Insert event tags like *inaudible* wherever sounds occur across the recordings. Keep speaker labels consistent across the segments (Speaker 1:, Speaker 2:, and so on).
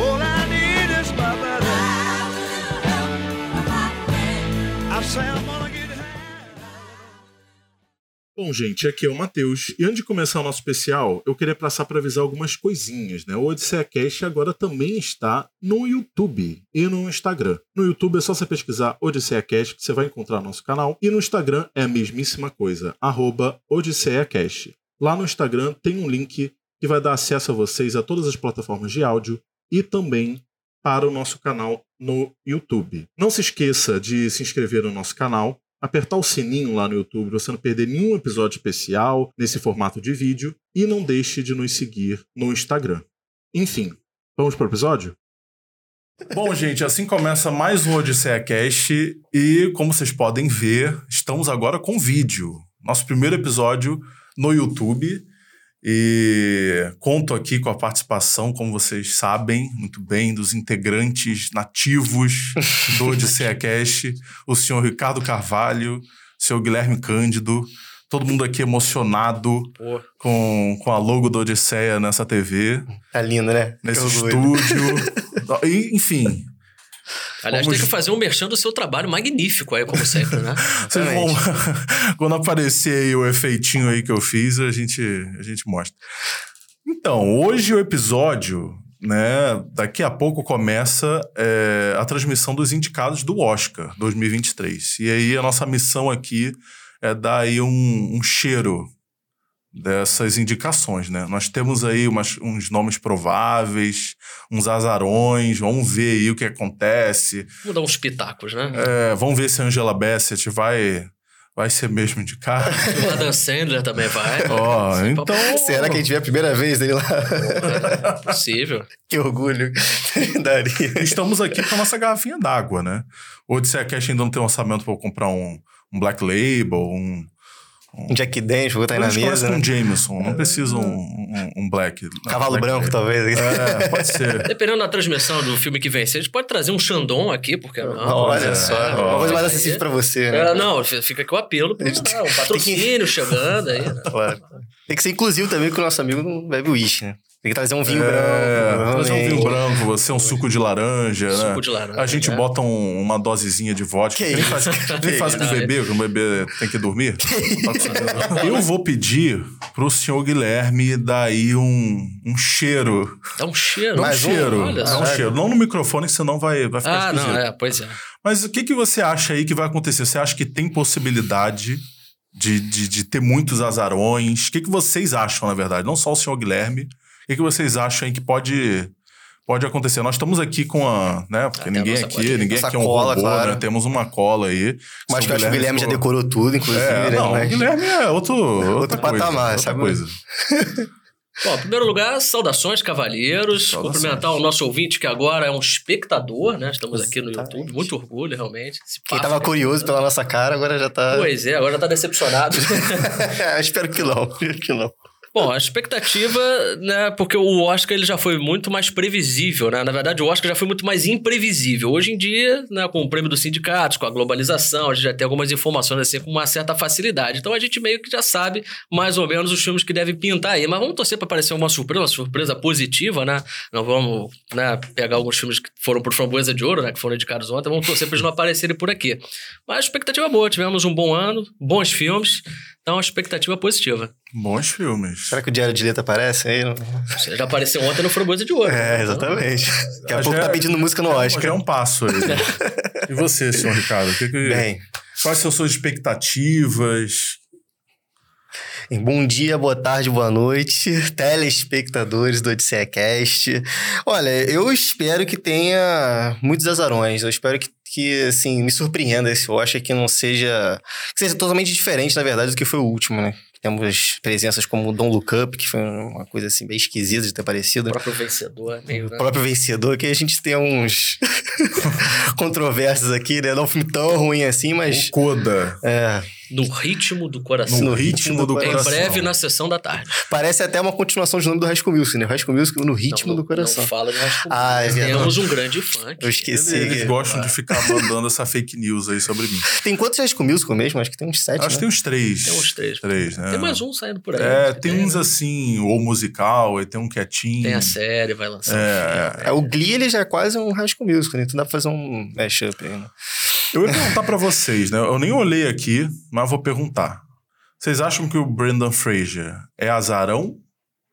Speaker 1: All I need is my brother. I say I'm gonna get high.
Speaker 2: Bom, gente, aqui é o Matheus. E antes de começar o nosso especial, eu queria passar para avisar algumas coisinhas, né? O Odisseia Cast agora também está no YouTube e no Instagram. No YouTube é só você pesquisar Odisseia Cast que você vai encontrar nosso canal. E no Instagram é a mesmíssima coisa, arroba Odisseia Cast. Lá no Instagram tem um link que vai dar acesso a vocês a todas as plataformas de áudio e também para o nosso canal no YouTube. Não se esqueça de se inscrever no nosso canal, apertar o sininho lá no YouTube para você não perder nenhum episódio especial nesse formato de vídeo e não deixe de nos seguir no Instagram. Enfim, vamos para o episódio? Bom, gente, assim começa mais um Odisseia Cast e, como vocês podem ver, estamos agora com vídeo. Nosso primeiro episódio no YouTube. E conto aqui com a participação, como vocês sabem muito bem, dos integrantes nativos do Odisseia Cast, o senhor Ricardo Carvalho, o senhor Guilherme Cândido, todo mundo aqui emocionado
Speaker 3: Pô.
Speaker 2: com, com a logo do Odisseia nessa TV,
Speaker 4: Tá lindo, né?
Speaker 2: nesse
Speaker 4: Fica doido.
Speaker 2: estúdio. E, enfim,
Speaker 3: Aliás,
Speaker 2: Vamos-
Speaker 3: tem que fazer um merchan do seu trabalho magnífico aí, como sempre,
Speaker 4: *laughs*
Speaker 3: né?
Speaker 2: vocês vão... *laughs* quando aparecer aí o efeitinho aí que eu fiz, a gente, a gente mostra. Então, hoje o episódio, né? Daqui a pouco começa é, a transmissão dos indicados do Oscar 2023. E aí a nossa missão aqui é dar aí um, um cheiro dessas indicações, né? Nós temos aí umas- uns nomes prováveis, uns azarões, vamos ver aí o que acontece.
Speaker 3: Vamos dar uns pitacos, né?
Speaker 2: É, vamos ver se a Angela Bassett vai, vai ser mesmo indicada.
Speaker 4: *laughs*
Speaker 3: O Adam Sandler também vai.
Speaker 2: Ó,
Speaker 3: Sim,
Speaker 2: então.
Speaker 4: Será que a gente vê a primeira vez dele lá? *laughs*
Speaker 3: É possível.
Speaker 4: que orgulho. *laughs* Daria.
Speaker 2: Estamos aqui com a nossa garrafinha d'água, né? O Odisseia Cash ainda não tem orçamento para comprar um, um Black Label, um.
Speaker 4: Um Jack Daniels, vou botar aí na
Speaker 2: Eles
Speaker 4: mesa.
Speaker 2: começam com
Speaker 4: né?
Speaker 2: um Jameson, não precisa um, um, um Black.
Speaker 4: Cavalo
Speaker 2: Black
Speaker 4: branco,
Speaker 2: Label.
Speaker 4: talvez.
Speaker 2: É, pode ser.
Speaker 3: Dependendo da transmissão do filme que vencer, a gente pode trazer um Xandon aqui, porque não.
Speaker 4: *laughs* Olha
Speaker 3: é,
Speaker 4: só.
Speaker 3: é,
Speaker 4: Uma coisa mais
Speaker 3: aí-
Speaker 4: acessível pra você, né?
Speaker 3: É, não, fica aqui o apelo. Pra, ah, um patrocínio chegando aí. né?
Speaker 4: Claro. Tem que ser inclusivo também, porque o nosso amigo não bebe uísque, né? Tem que trazer um vinho
Speaker 2: É,
Speaker 4: branco. né?
Speaker 2: trazer um vinho
Speaker 4: realmente.
Speaker 2: branco, você um suco de laranja, né?
Speaker 3: Suco de laranja.
Speaker 2: A gente
Speaker 3: né?
Speaker 2: bota um- uma dosezinha de vodka.
Speaker 4: é. Que
Speaker 2: nem
Speaker 4: isso?
Speaker 2: faz, nem *laughs*
Speaker 3: Que
Speaker 2: faz com o
Speaker 3: isso?
Speaker 2: bebê, que o bebê tem que
Speaker 3: *laughs*
Speaker 2: dormir. Eu vou pedir pro senhor Guilherme dar aí um, um cheiro.
Speaker 3: Dá um cheiro.
Speaker 2: Não um
Speaker 4: Mais Ah,
Speaker 2: cheiro.
Speaker 3: Olha
Speaker 2: não um
Speaker 3: só.
Speaker 2: cheiro. Não no microfone, que senão vai, vai ficar
Speaker 3: Ah,
Speaker 2: esquisito.
Speaker 3: não, é, pois é.
Speaker 2: Mas o que, que você acha aí que vai acontecer? Você acha que tem possibilidade de, de, de ter muitos azarões? O que, que vocês acham, na verdade? Não só o senhor Guilherme. O que, que vocês acham aí que pode, pode acontecer? Nós estamos aqui com a. Né, porque
Speaker 3: Até a
Speaker 2: ninguém
Speaker 3: nossa
Speaker 2: aqui,
Speaker 3: colinha.
Speaker 2: ninguém
Speaker 4: Nossa
Speaker 2: aqui é um
Speaker 4: cola,
Speaker 2: robô,
Speaker 4: claro.
Speaker 2: né? Temos uma cola aí.
Speaker 4: Mas que
Speaker 2: Senhor
Speaker 4: eu acho que o Guilherme já
Speaker 2: ficou-
Speaker 4: decorou tudo, inclusive.
Speaker 2: é,
Speaker 4: né?
Speaker 2: não, o
Speaker 4: Mas-
Speaker 2: Guilherme é outro, outra coisa,
Speaker 4: patamar,
Speaker 2: outra
Speaker 4: sabe?
Speaker 2: coisa.
Speaker 3: Bom, em primeiro lugar, saudações, cavalheiros.
Speaker 2: Saudações.
Speaker 3: Cumprimentar o nosso ouvinte, que agora é um espectador, né? Estamos aqui no
Speaker 4: Exatamente.
Speaker 3: YouTube. Muito orgulho, realmente. Esse
Speaker 4: Quem
Speaker 3: passo,
Speaker 4: tava
Speaker 3: né?
Speaker 4: curioso pela nossa cara, agora já tá... *laughs*
Speaker 3: Pois é, agora tá decepcionado.
Speaker 4: Espero que não. *laughs* Espero que não.
Speaker 3: Bom, a expectativa, né? Porque o Oscar ele já foi muito mais previsível, né? Na verdade, o Oscar já foi muito mais imprevisível. Hoje em dia, né, com o prêmio dos sindicatos, com a globalização, a gente já tem algumas informações assim com uma certa facilidade. Então a gente meio que já sabe mais ou menos os filmes que devem pintar aí. Mas vamos torcer para aparecer uma surpresa, uma surpresa positiva, né? Não vamos né, pegar alguns filmes que foram por framboesa de ouro, né? Que foram indicados ontem, vamos torcer para eles não aparecerem por aqui. Mas a expectativa é boa, tivemos um bom ano, bons filmes, então a expectativa é positiva.
Speaker 2: Bons filmes.
Speaker 4: Será que o Diário de Leto aparece aí? Não?
Speaker 3: Você já apareceu ontem no Framboesa de Ouro.
Speaker 4: É,
Speaker 3: né?
Speaker 4: exatamente. Daqui a
Speaker 2: Já-
Speaker 4: pouco tá pedindo música no Oscar.
Speaker 2: Já é um passo aí.
Speaker 4: *laughs*
Speaker 2: e você, senhor Ricardo? O que que-
Speaker 4: Bem,
Speaker 2: quais são suas expectativas?
Speaker 4: bom dia, boa tarde, boa noite, *laughs* telespectadores do Odisseia Cast. Olha, eu espero que tenha muitos azarões. Eu espero que, que assim, me surpreenda esse Oscar, que não seja... Que seja totalmente diferente, na verdade, do que foi o último, né? Temos presenças como o Don Lookup, que foi uma coisa assim bem esquisita de ter
Speaker 3: O
Speaker 4: aparecido.
Speaker 3: próprio vencedor é meio,
Speaker 4: O
Speaker 3: né?
Speaker 4: próprio vencedor, que a gente tem uns *laughs* controvérsias aqui, né? Não é um filme tão ruim assim,
Speaker 2: Um
Speaker 4: mas.
Speaker 5: O Coda.
Speaker 4: É,
Speaker 3: No ritmo do coração.
Speaker 4: no
Speaker 5: No
Speaker 4: ritmo do
Speaker 5: ritmo do
Speaker 4: coração.
Speaker 3: Em breve na sessão da tarde.
Speaker 4: Parece até uma continuação de nome do High School Music, né? High School Music no ritmo
Speaker 3: Não,
Speaker 4: do coração.
Speaker 3: Não fala de Rascal.
Speaker 4: Ah, é verdade.
Speaker 3: Temos um grande funk.
Speaker 4: Eu esqueci.
Speaker 2: Eles gostam de
Speaker 4: *laughs*
Speaker 2: ficar mandando essa fake news aí sobre mim.
Speaker 4: Tem quantos High School Musical mesmo? Acho que tem uns sete,
Speaker 2: Acho que
Speaker 4: né?
Speaker 2: tem uns três.
Speaker 3: Tem uns três.
Speaker 2: Três,
Speaker 4: É.
Speaker 2: né?
Speaker 3: Tem mais um saindo por aí.
Speaker 2: É,
Speaker 3: acho que
Speaker 2: tem uns
Speaker 3: né?
Speaker 2: assim, ou musical, aí tem um quietinho.
Speaker 3: Tem a série, vai lançar.
Speaker 2: É,
Speaker 4: É, o Glee ele já é quase um High School Musical, né? Então dá pra fazer um mashup aí, né?
Speaker 2: Eu ia perguntar pra vocês, né? Eu nem olhei aqui, mas vou perguntar. Vocês acham que o Brendan Fraser é azarão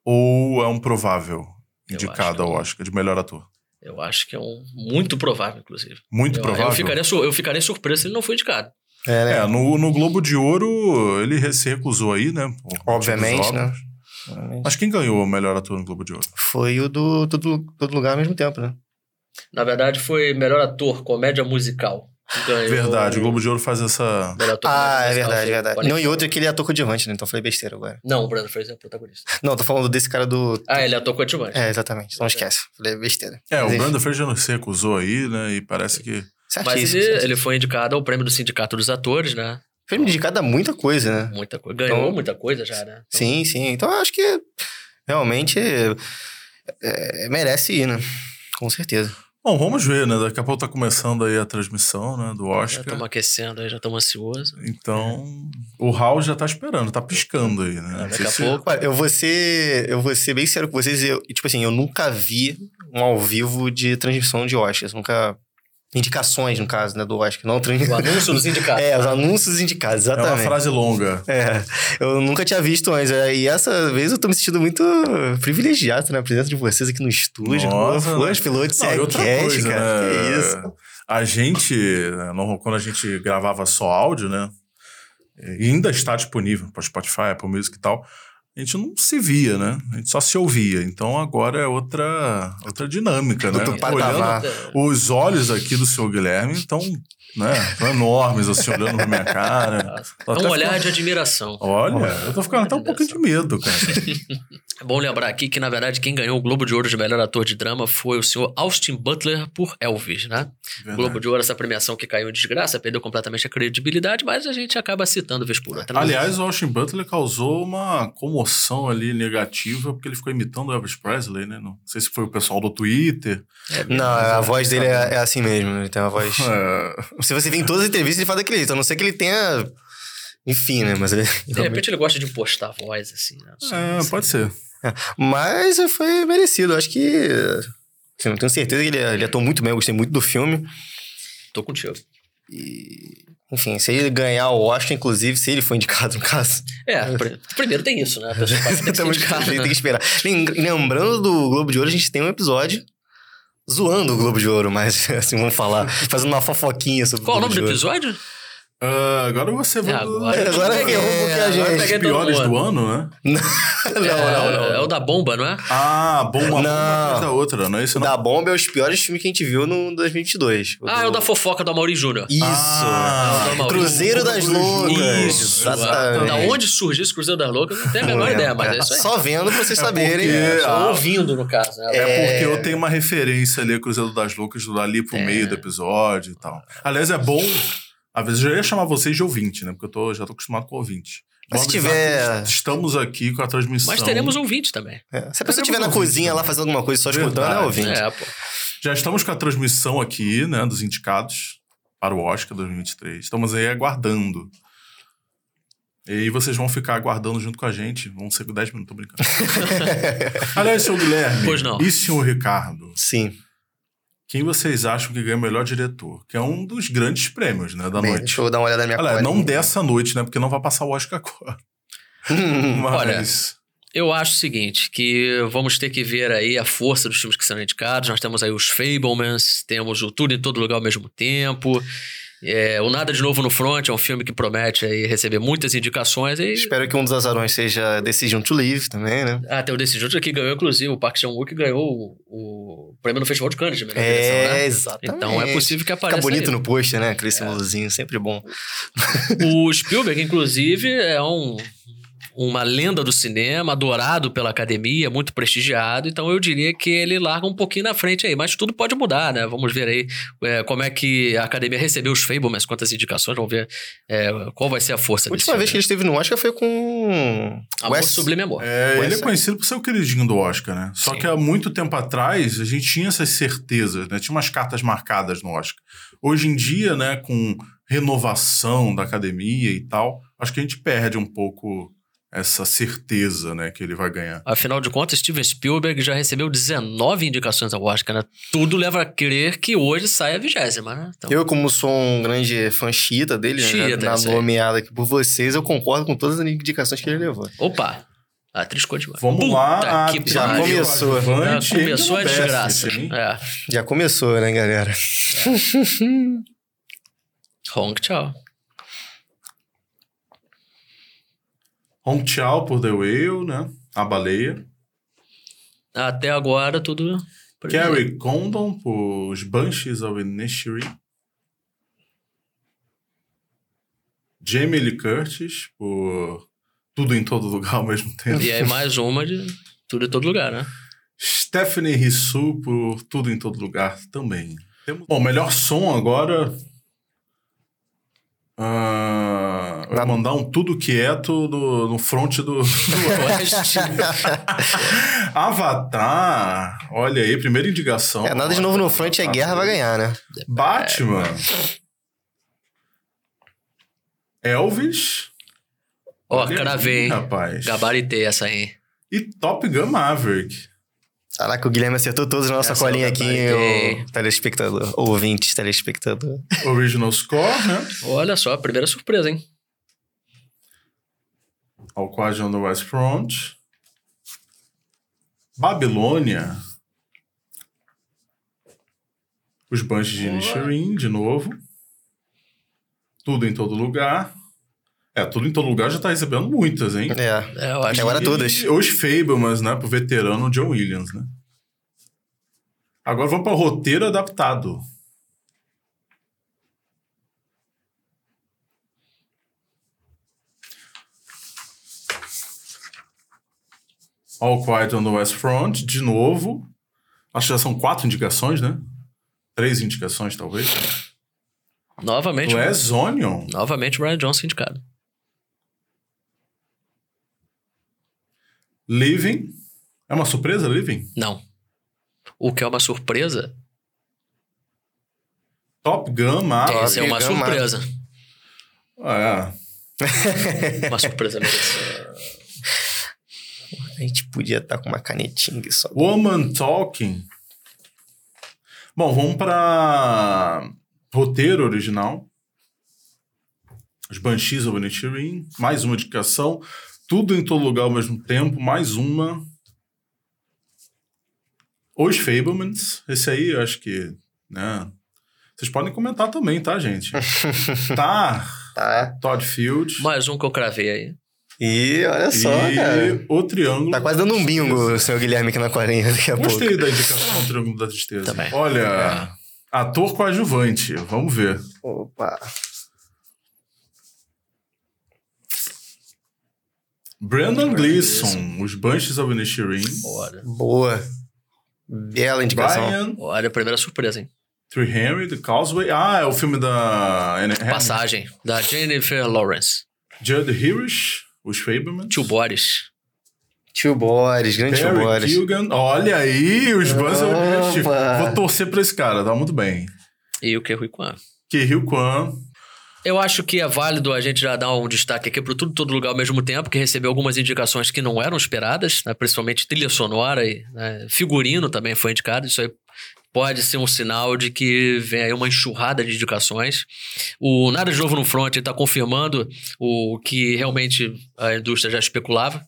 Speaker 2: ou é um provável
Speaker 3: Eu acho que
Speaker 2: indicado ao
Speaker 3: é um-
Speaker 2: Oscar de melhor ator?
Speaker 3: Eu acho que é um muito provável, inclusive.
Speaker 2: Muito
Speaker 3: eu,
Speaker 2: provável.
Speaker 3: Eu ficaria, sur- eu ficaria surpreso se ele não foi indicado.
Speaker 4: É, né?
Speaker 2: É, no, no Globo de Ouro ele re- se recusou aí, né? por motivos
Speaker 4: Obviamente, né?
Speaker 2: óbvios. Mas quem ganhou o melhor ator no Globo de Ouro?
Speaker 4: Foi o do todo, todo lugar ao mesmo tempo, né?
Speaker 3: Na verdade, foi melhor ator, comédia musical. Ganhou
Speaker 2: Verdade, o Globo de Ouro faz essa.
Speaker 3: melhor ator,
Speaker 4: Ah,
Speaker 3: comédia
Speaker 4: é
Speaker 3: musical,
Speaker 4: verdade,
Speaker 3: foi
Speaker 4: verdade.
Speaker 3: Paris
Speaker 4: Não, e
Speaker 3: Hilton.
Speaker 4: outro é que ele é ator coadjuvante, né? Então falei besteira agora.
Speaker 3: Não, o Brandon Fraser é o protagonista.
Speaker 4: Não, tô falando desse cara do.
Speaker 3: Ah, ele é ator coadjuvante.
Speaker 4: É, exatamente. Não esquece. Falei besteira.
Speaker 2: É, o
Speaker 4: Mas enfim,
Speaker 2: Brendan Fraser não se recusou aí, né? E parece que.
Speaker 3: Mas
Speaker 4: Certíssimo.
Speaker 3: ele,
Speaker 4: certíssimo.
Speaker 3: ele foi indicado ao prêmio do Sindicato dos Atores, né?
Speaker 4: Foi indicado a muita coisa,
Speaker 2: É.
Speaker 4: né?
Speaker 3: Muita coisa. Ganhou
Speaker 4: Então-
Speaker 3: muita coisa já, né? Então,
Speaker 4: Sim, sim. Então eu acho que realmente é, merece ir, né? Com certeza.
Speaker 2: Bom, vamos ver, né? Daqui a pouco tá começando aí a transmissão, né? Do
Speaker 3: Já
Speaker 2: Oscar.
Speaker 3: estamos aquecendo aí, já estamos ansiosos.
Speaker 2: Então, o Raul já tá esperando, tá piscando aí, né?
Speaker 3: É,
Speaker 2: Não
Speaker 3: daqui
Speaker 2: sei
Speaker 3: a
Speaker 2: se-
Speaker 3: pouco.
Speaker 4: Olha, eu vou ser. Eu vou ser bem sério com vocês. Eu, tipo assim, eu nunca vi um ao vivo de transmissão de Oscars. Nunca. Indicações, no caso, né? Do Oscar. Não
Speaker 3: O
Speaker 4: transmissão.
Speaker 3: anúncio do
Speaker 4: *laughs*
Speaker 3: sindicato.
Speaker 4: É, os anúncios indicados,
Speaker 2: É uma
Speaker 4: exatamente.
Speaker 2: frase longa.
Speaker 4: É, eu nunca tinha visto antes. é, E essa vez eu tô me sentindo muito privilegiado, né? A presença de vocês aqui no estúdio.
Speaker 2: Nossa,
Speaker 4: Pô,
Speaker 2: né?
Speaker 4: os pilotos
Speaker 2: Não, e
Speaker 4: de
Speaker 2: outra
Speaker 4: CACAST,
Speaker 2: coisa,
Speaker 4: é cara.
Speaker 2: né?
Speaker 4: Que isso.
Speaker 2: A gente, né, no- quando a gente gravava só áudio, né? E ainda está disponível para Spotify, Apple Music e tal. A gente não se via, né? A gente só se ouvia. Então agora é outra, outra dinâmica, né?
Speaker 4: Outro
Speaker 2: Tô
Speaker 4: patamar.
Speaker 2: olhando- os olhos aqui do senhor Guilherme estão né, tão enormes, assim, olhando pra minha cara. Tô
Speaker 3: É
Speaker 2: até
Speaker 3: um olhar
Speaker 2: ficando-
Speaker 3: de admiração.
Speaker 2: Olha, eu tô ficando até um pouquinho de medo, cara.
Speaker 3: É bom lembrar aqui que, na verdade, quem ganhou o Globo de Ouro de melhor ator de drama foi o senhor Austin Butler por Elvis, né? O Globo de Ouro, essa premiação que caiu em desgraça, perdeu completamente a credibilidade, mas a gente acaba citando vez por outra. né?
Speaker 2: Aliás, o Austin Butler causou uma comoção ali negativa, porque ele ficou imitando o Elvis Presley, né? Não sei se foi o pessoal do Twitter.
Speaker 4: Não, a voz dele
Speaker 3: tá
Speaker 4: é, é assim mesmo. Ele tem uma
Speaker 3: *laughs*
Speaker 4: voz.
Speaker 2: É,
Speaker 4: Se você vê em todas as entrevistas, ele fala daquele jeito. A não ser que ele tenha. Enfim, né?
Speaker 3: *laughs*
Speaker 4: Mas, ele-
Speaker 3: de repente ele gosta de impostar a voz, assim. né? Não sei, não
Speaker 2: é,
Speaker 3: sei.
Speaker 2: pode ser.
Speaker 4: mas foi merecido. eu Acho que. Assim, eu tenho certeza que ele, ele atuou muito bem. Eu gostei muito do filme.
Speaker 3: Tô contigo.
Speaker 4: E. Enfim, se ele ganhar o Oscar, inclusive, se ele for indicado, no
Speaker 3: *laughs*
Speaker 4: caso. *laughs*
Speaker 3: É, pr- primeiro tem isso, né? A pessoa passa tem que ser
Speaker 4: Estamos
Speaker 3: indicada,
Speaker 4: Então, tem
Speaker 3: né?
Speaker 4: que esperar. Lem- Lembrando do Globo de Ouro, a gente tem um episódio zoando o Globo de Ouro, mas *laughs* assim, vamos falar. Fazendo uma fofoquinha sobre
Speaker 3: Qual é o
Speaker 4: o Globo
Speaker 3: nome do
Speaker 4: de Ouro.
Speaker 3: episódio? É,
Speaker 2: Ah, agora você vai.
Speaker 3: agora-
Speaker 4: Agora é que eu vou que a
Speaker 3: agora
Speaker 4: gente.
Speaker 2: Os
Speaker 3: peguei todo
Speaker 2: piores
Speaker 3: mundo.
Speaker 2: do ano, né?
Speaker 3: é,
Speaker 4: *laughs* Não, não,
Speaker 3: é
Speaker 4: não.
Speaker 3: o da bomba, não é?
Speaker 2: Ah, bom, uma
Speaker 4: Não.
Speaker 2: bomba atrás da outra, não é isso?
Speaker 4: O
Speaker 2: Não?
Speaker 4: *laughs* da Bomba é os piores filmes que a gente viu no 2022. O
Speaker 3: Ah,
Speaker 4: do-
Speaker 3: é o da fofoca do Amaury Júnior.
Speaker 4: Isso!
Speaker 2: Ah,
Speaker 3: Não, não, não.
Speaker 4: Cruzeiro das Loucas!
Speaker 3: Isso,
Speaker 4: Exatamente.
Speaker 3: Da onde surgiu esse Cruzeiro das Loucas, não tenho a menor
Speaker 2: Não
Speaker 3: ideia,
Speaker 2: lembro,
Speaker 3: mas é isso aí.
Speaker 4: Só vendo pra vocês
Speaker 2: É
Speaker 4: saberem.
Speaker 2: porque-
Speaker 3: Só
Speaker 2: Ah.
Speaker 3: ouvindo, no caso. Né?
Speaker 2: É porque eu tenho uma referência ali, Cruzeiro das Loucas, do ali pro
Speaker 3: É.
Speaker 2: meio do episódio e tal. Aliás, é bom. Às vezes eu já ia chamar vocês de ouvinte, né? Porque eu tô, já tô acostumado com ouvinte.
Speaker 4: Mas
Speaker 2: Vamos
Speaker 4: se
Speaker 2: avisar
Speaker 4: tiver-
Speaker 2: que Estamos aqui com a transmissão.
Speaker 3: Mas teremos um 20 também.
Speaker 4: É, Se a pessoa
Speaker 2: Teremos
Speaker 4: estiver na
Speaker 2: ouvinte
Speaker 4: cozinha
Speaker 2: também.
Speaker 4: lá fazendo alguma coisa só escutando, é
Speaker 2: Verdade.
Speaker 4: ouvinte.
Speaker 3: É, pô.
Speaker 2: Já estamos com a transmissão aqui, né? Dos indicados para o Oscar 2023. Estamos aí aguardando. E aí vocês vão ficar aguardando junto com a gente. Vão ser 10 minutos, tô brincando.
Speaker 3: *laughs*
Speaker 2: Aliás, senhor Guilherme.
Speaker 3: Pois não.
Speaker 2: E senhor Ricardo?
Speaker 4: Sim.
Speaker 2: Quem vocês acham que ganha o melhor diretor? Que é um dos grandes prêmios, né? Da
Speaker 4: Bem, é
Speaker 2: noite.
Speaker 4: deixa eu dar uma olhada na minha
Speaker 2: Olha,
Speaker 4: colinha.
Speaker 2: não dessa noite, né? Porque não vai passar o Oscar
Speaker 3: *laughs*
Speaker 2: agora. Mas.
Speaker 3: Eu acho o seguinte, que vamos ter que ver aí a força dos filmes que são indicados. Nós temos aí os Fablemans, temos o Tudo em Todo Lugar ao mesmo tempo. É, o Nada de Novo no Front é um filme que promete aí receber muitas indicações.
Speaker 4: *laughs*
Speaker 3: E
Speaker 4: Espero que um dos azarões seja Decision to Live também, né?
Speaker 3: até o desse junto que ganhou, inclusive, o Park Chan-wook ganhou o, o prêmio no Festival de Cannes de melhor direção, né?
Speaker 4: É, exatamente.
Speaker 3: Então é possível que
Speaker 4: Fica
Speaker 3: apareça
Speaker 4: bonito
Speaker 3: aí. É.
Speaker 4: no pôster, né? Aquele símbolozinho, sempre bom.
Speaker 3: O Spielberg, inclusive, é um, um uma lenda do cinema, adorado pela academia, muito prestigiado. Então eu diria que ele larga um pouquinho na frente aí, mas tudo pode mudar, né? Vamos ver aí é, como é que a academia recebeu os Fablemans, quantas indicações, vamos ver é, qual vai ser a força
Speaker 4: A última vez
Speaker 3: desse
Speaker 4: que ele esteve no Oscar foi com.
Speaker 3: filme. né? Amor
Speaker 4: Wes-
Speaker 3: Sublime Amor.
Speaker 2: É,
Speaker 4: Pois
Speaker 2: ele é
Speaker 4: é.
Speaker 2: conhecido por ser o queridinho do Oscar, né? Só
Speaker 3: Sim.
Speaker 2: que há muito tempo atrás a gente tinha essas certezas, né? Tinha umas cartas marcadas no Oscar. Hoje em dia, né, com renovação da academia e tal, acho que a gente perde um pouco essa certeza, né, que ele vai ganhar.
Speaker 3: Afinal de contas, Steven Spielberg já recebeu 19 indicações ao Oscar, né? Tudo leva a crer que hoje sai a vigésima, né? Então,
Speaker 4: Eu, como sou um grande fã chita dele,
Speaker 3: Xiita,
Speaker 4: né, na
Speaker 3: isso aí.
Speaker 4: nomeada aqui por vocês, eu concordo com todas as indicações que ele levou.
Speaker 3: Opa! A atriz ficou demais.
Speaker 2: Vamos lá,
Speaker 3: Puta
Speaker 2: a
Speaker 3: que
Speaker 2: atriz
Speaker 4: já
Speaker 3: pariu.
Speaker 4: come- começou.
Speaker 3: É,
Speaker 2: coadjuvante,
Speaker 3: começou a
Speaker 2: Emily Beth,
Speaker 3: desgraça.
Speaker 2: hein?
Speaker 3: É.
Speaker 4: Já começou, né, galera?
Speaker 3: Honk, tchau.
Speaker 2: Hong Chao por The Whale, né? A Baleia.
Speaker 3: Até agora, tudo.
Speaker 2: Carrie Condon por Os Banshees of Inisherin. Jamie Lee Curtis por Tudo em Todo Lugar ao mesmo tempo.
Speaker 3: E aí, mais uma de tudo em todo lugar, né?
Speaker 2: Stephanie Rissou por Tudo em Todo Lugar também. Temos- Bom, melhor som agora. Ah, eu vou mandar um tudo quieto no, no front do, Avatar, olha aí, primeira indicação.
Speaker 4: é, nada de novo no front, é guerra, vai ganhar, né?
Speaker 2: Batman. Elvis.
Speaker 3: Ó,
Speaker 2: Olha aí,
Speaker 3: cravei, hein?
Speaker 2: Rapaz.
Speaker 3: Gabaritei essa aí. hein?
Speaker 2: E Top Gun Maverick.
Speaker 4: Caraca, o Guilherme acertou todos na nossa
Speaker 3: Essa é
Speaker 4: colinha
Speaker 3: eu
Speaker 4: aqui,
Speaker 3: gabaritei.
Speaker 4: o telespectador. Ouvinte, telespectador.
Speaker 2: Original Score, né?
Speaker 3: Olha só, a primeira surpresa, hein?
Speaker 2: Ao Quadro on the West Front. Babilônia. Os Bunches de Nishirin, de novo. Tudo em todo lugar. É, tudo em todo lugar já tá recebendo muitas, hein?
Speaker 4: É.
Speaker 3: É, eu acho.
Speaker 4: Agora
Speaker 2: E
Speaker 4: todas.
Speaker 2: Os Fablemans, né? Pro veterano John Williams, né? Agora vamos para roteiro adaptado. All Quiet on the West Front, de novo. Acho que já são quatro indicações, né? Três indicações, talvez.
Speaker 3: Novamente.
Speaker 2: Les Onion.
Speaker 3: Novamente, Brian Johnson indicado.
Speaker 2: Living. É uma surpresa, Living?
Speaker 3: Não. O que é uma surpresa?
Speaker 2: Top Gun, Maverick.
Speaker 3: essa é uma
Speaker 4: Top Gun,
Speaker 3: surpresa.
Speaker 2: É,
Speaker 3: Uma surpresa merecida.
Speaker 4: A gente podia estar com uma canetinha aqui só.
Speaker 2: Woman Talking. Bom, vamos para roteiro original. Os Banshees of Inisherin. Mais uma indicação. Tudo em todo lugar ao mesmo tempo. Mais uma. Os Fablemans. Esse aí, eu acho que... Né? Vocês podem comentar também, tá,
Speaker 4: *laughs*
Speaker 2: gente? tá.
Speaker 4: Tá.
Speaker 2: Todd Field.
Speaker 3: Mais um que eu cravei aí.
Speaker 4: E olha só,
Speaker 2: e
Speaker 4: cara.
Speaker 2: o Triângulo.
Speaker 4: Tá quase dando um bingo, o senhor Guilherme, aqui na colinha daqui a pouco.
Speaker 2: Gostei da indicação do Triângulo da Tristeza.
Speaker 3: É Também. É.
Speaker 2: Olha, ator coadjuvante, vamos ver.
Speaker 4: Opa.
Speaker 2: Brandon
Speaker 3: Brandon
Speaker 2: Gleeson, Os Bunches of Inisherin.
Speaker 3: Olha.
Speaker 4: Boa. Bela indicação.
Speaker 2: Brian
Speaker 3: Olha, a primeira surpresa, hein?
Speaker 2: Tree Henry, The Causeway. Ah, é o filme da Anne Hathaway.
Speaker 3: Passagem da Jennifer Lawrence.
Speaker 2: Judd Hirsch, Os Fabelman.
Speaker 3: Tio Boris.
Speaker 4: Tio Boris, grande tio
Speaker 2: Terry
Speaker 4: Boris.
Speaker 2: Kilgan. Olha aí, Os Bunches of
Speaker 4: Opa.
Speaker 2: Inisherin. Vou torcer pra esse cara, tá muito bem.
Speaker 3: E o que é Rui Kwan.
Speaker 2: Que Rio Kwan.
Speaker 3: Eu acho que é válido a gente já dar um destaque aqui pro Tudo Todo Lugar ao mesmo tempo, que recebeu algumas indicações que não eram esperadas, né? principalmente trilha sonora e né, figurino também foi indicado. Isso aí pode ser um sinal de que vem aí uma enxurrada de indicações. O Nada de Novo no Front está confirmando o que realmente a indústria já especulava.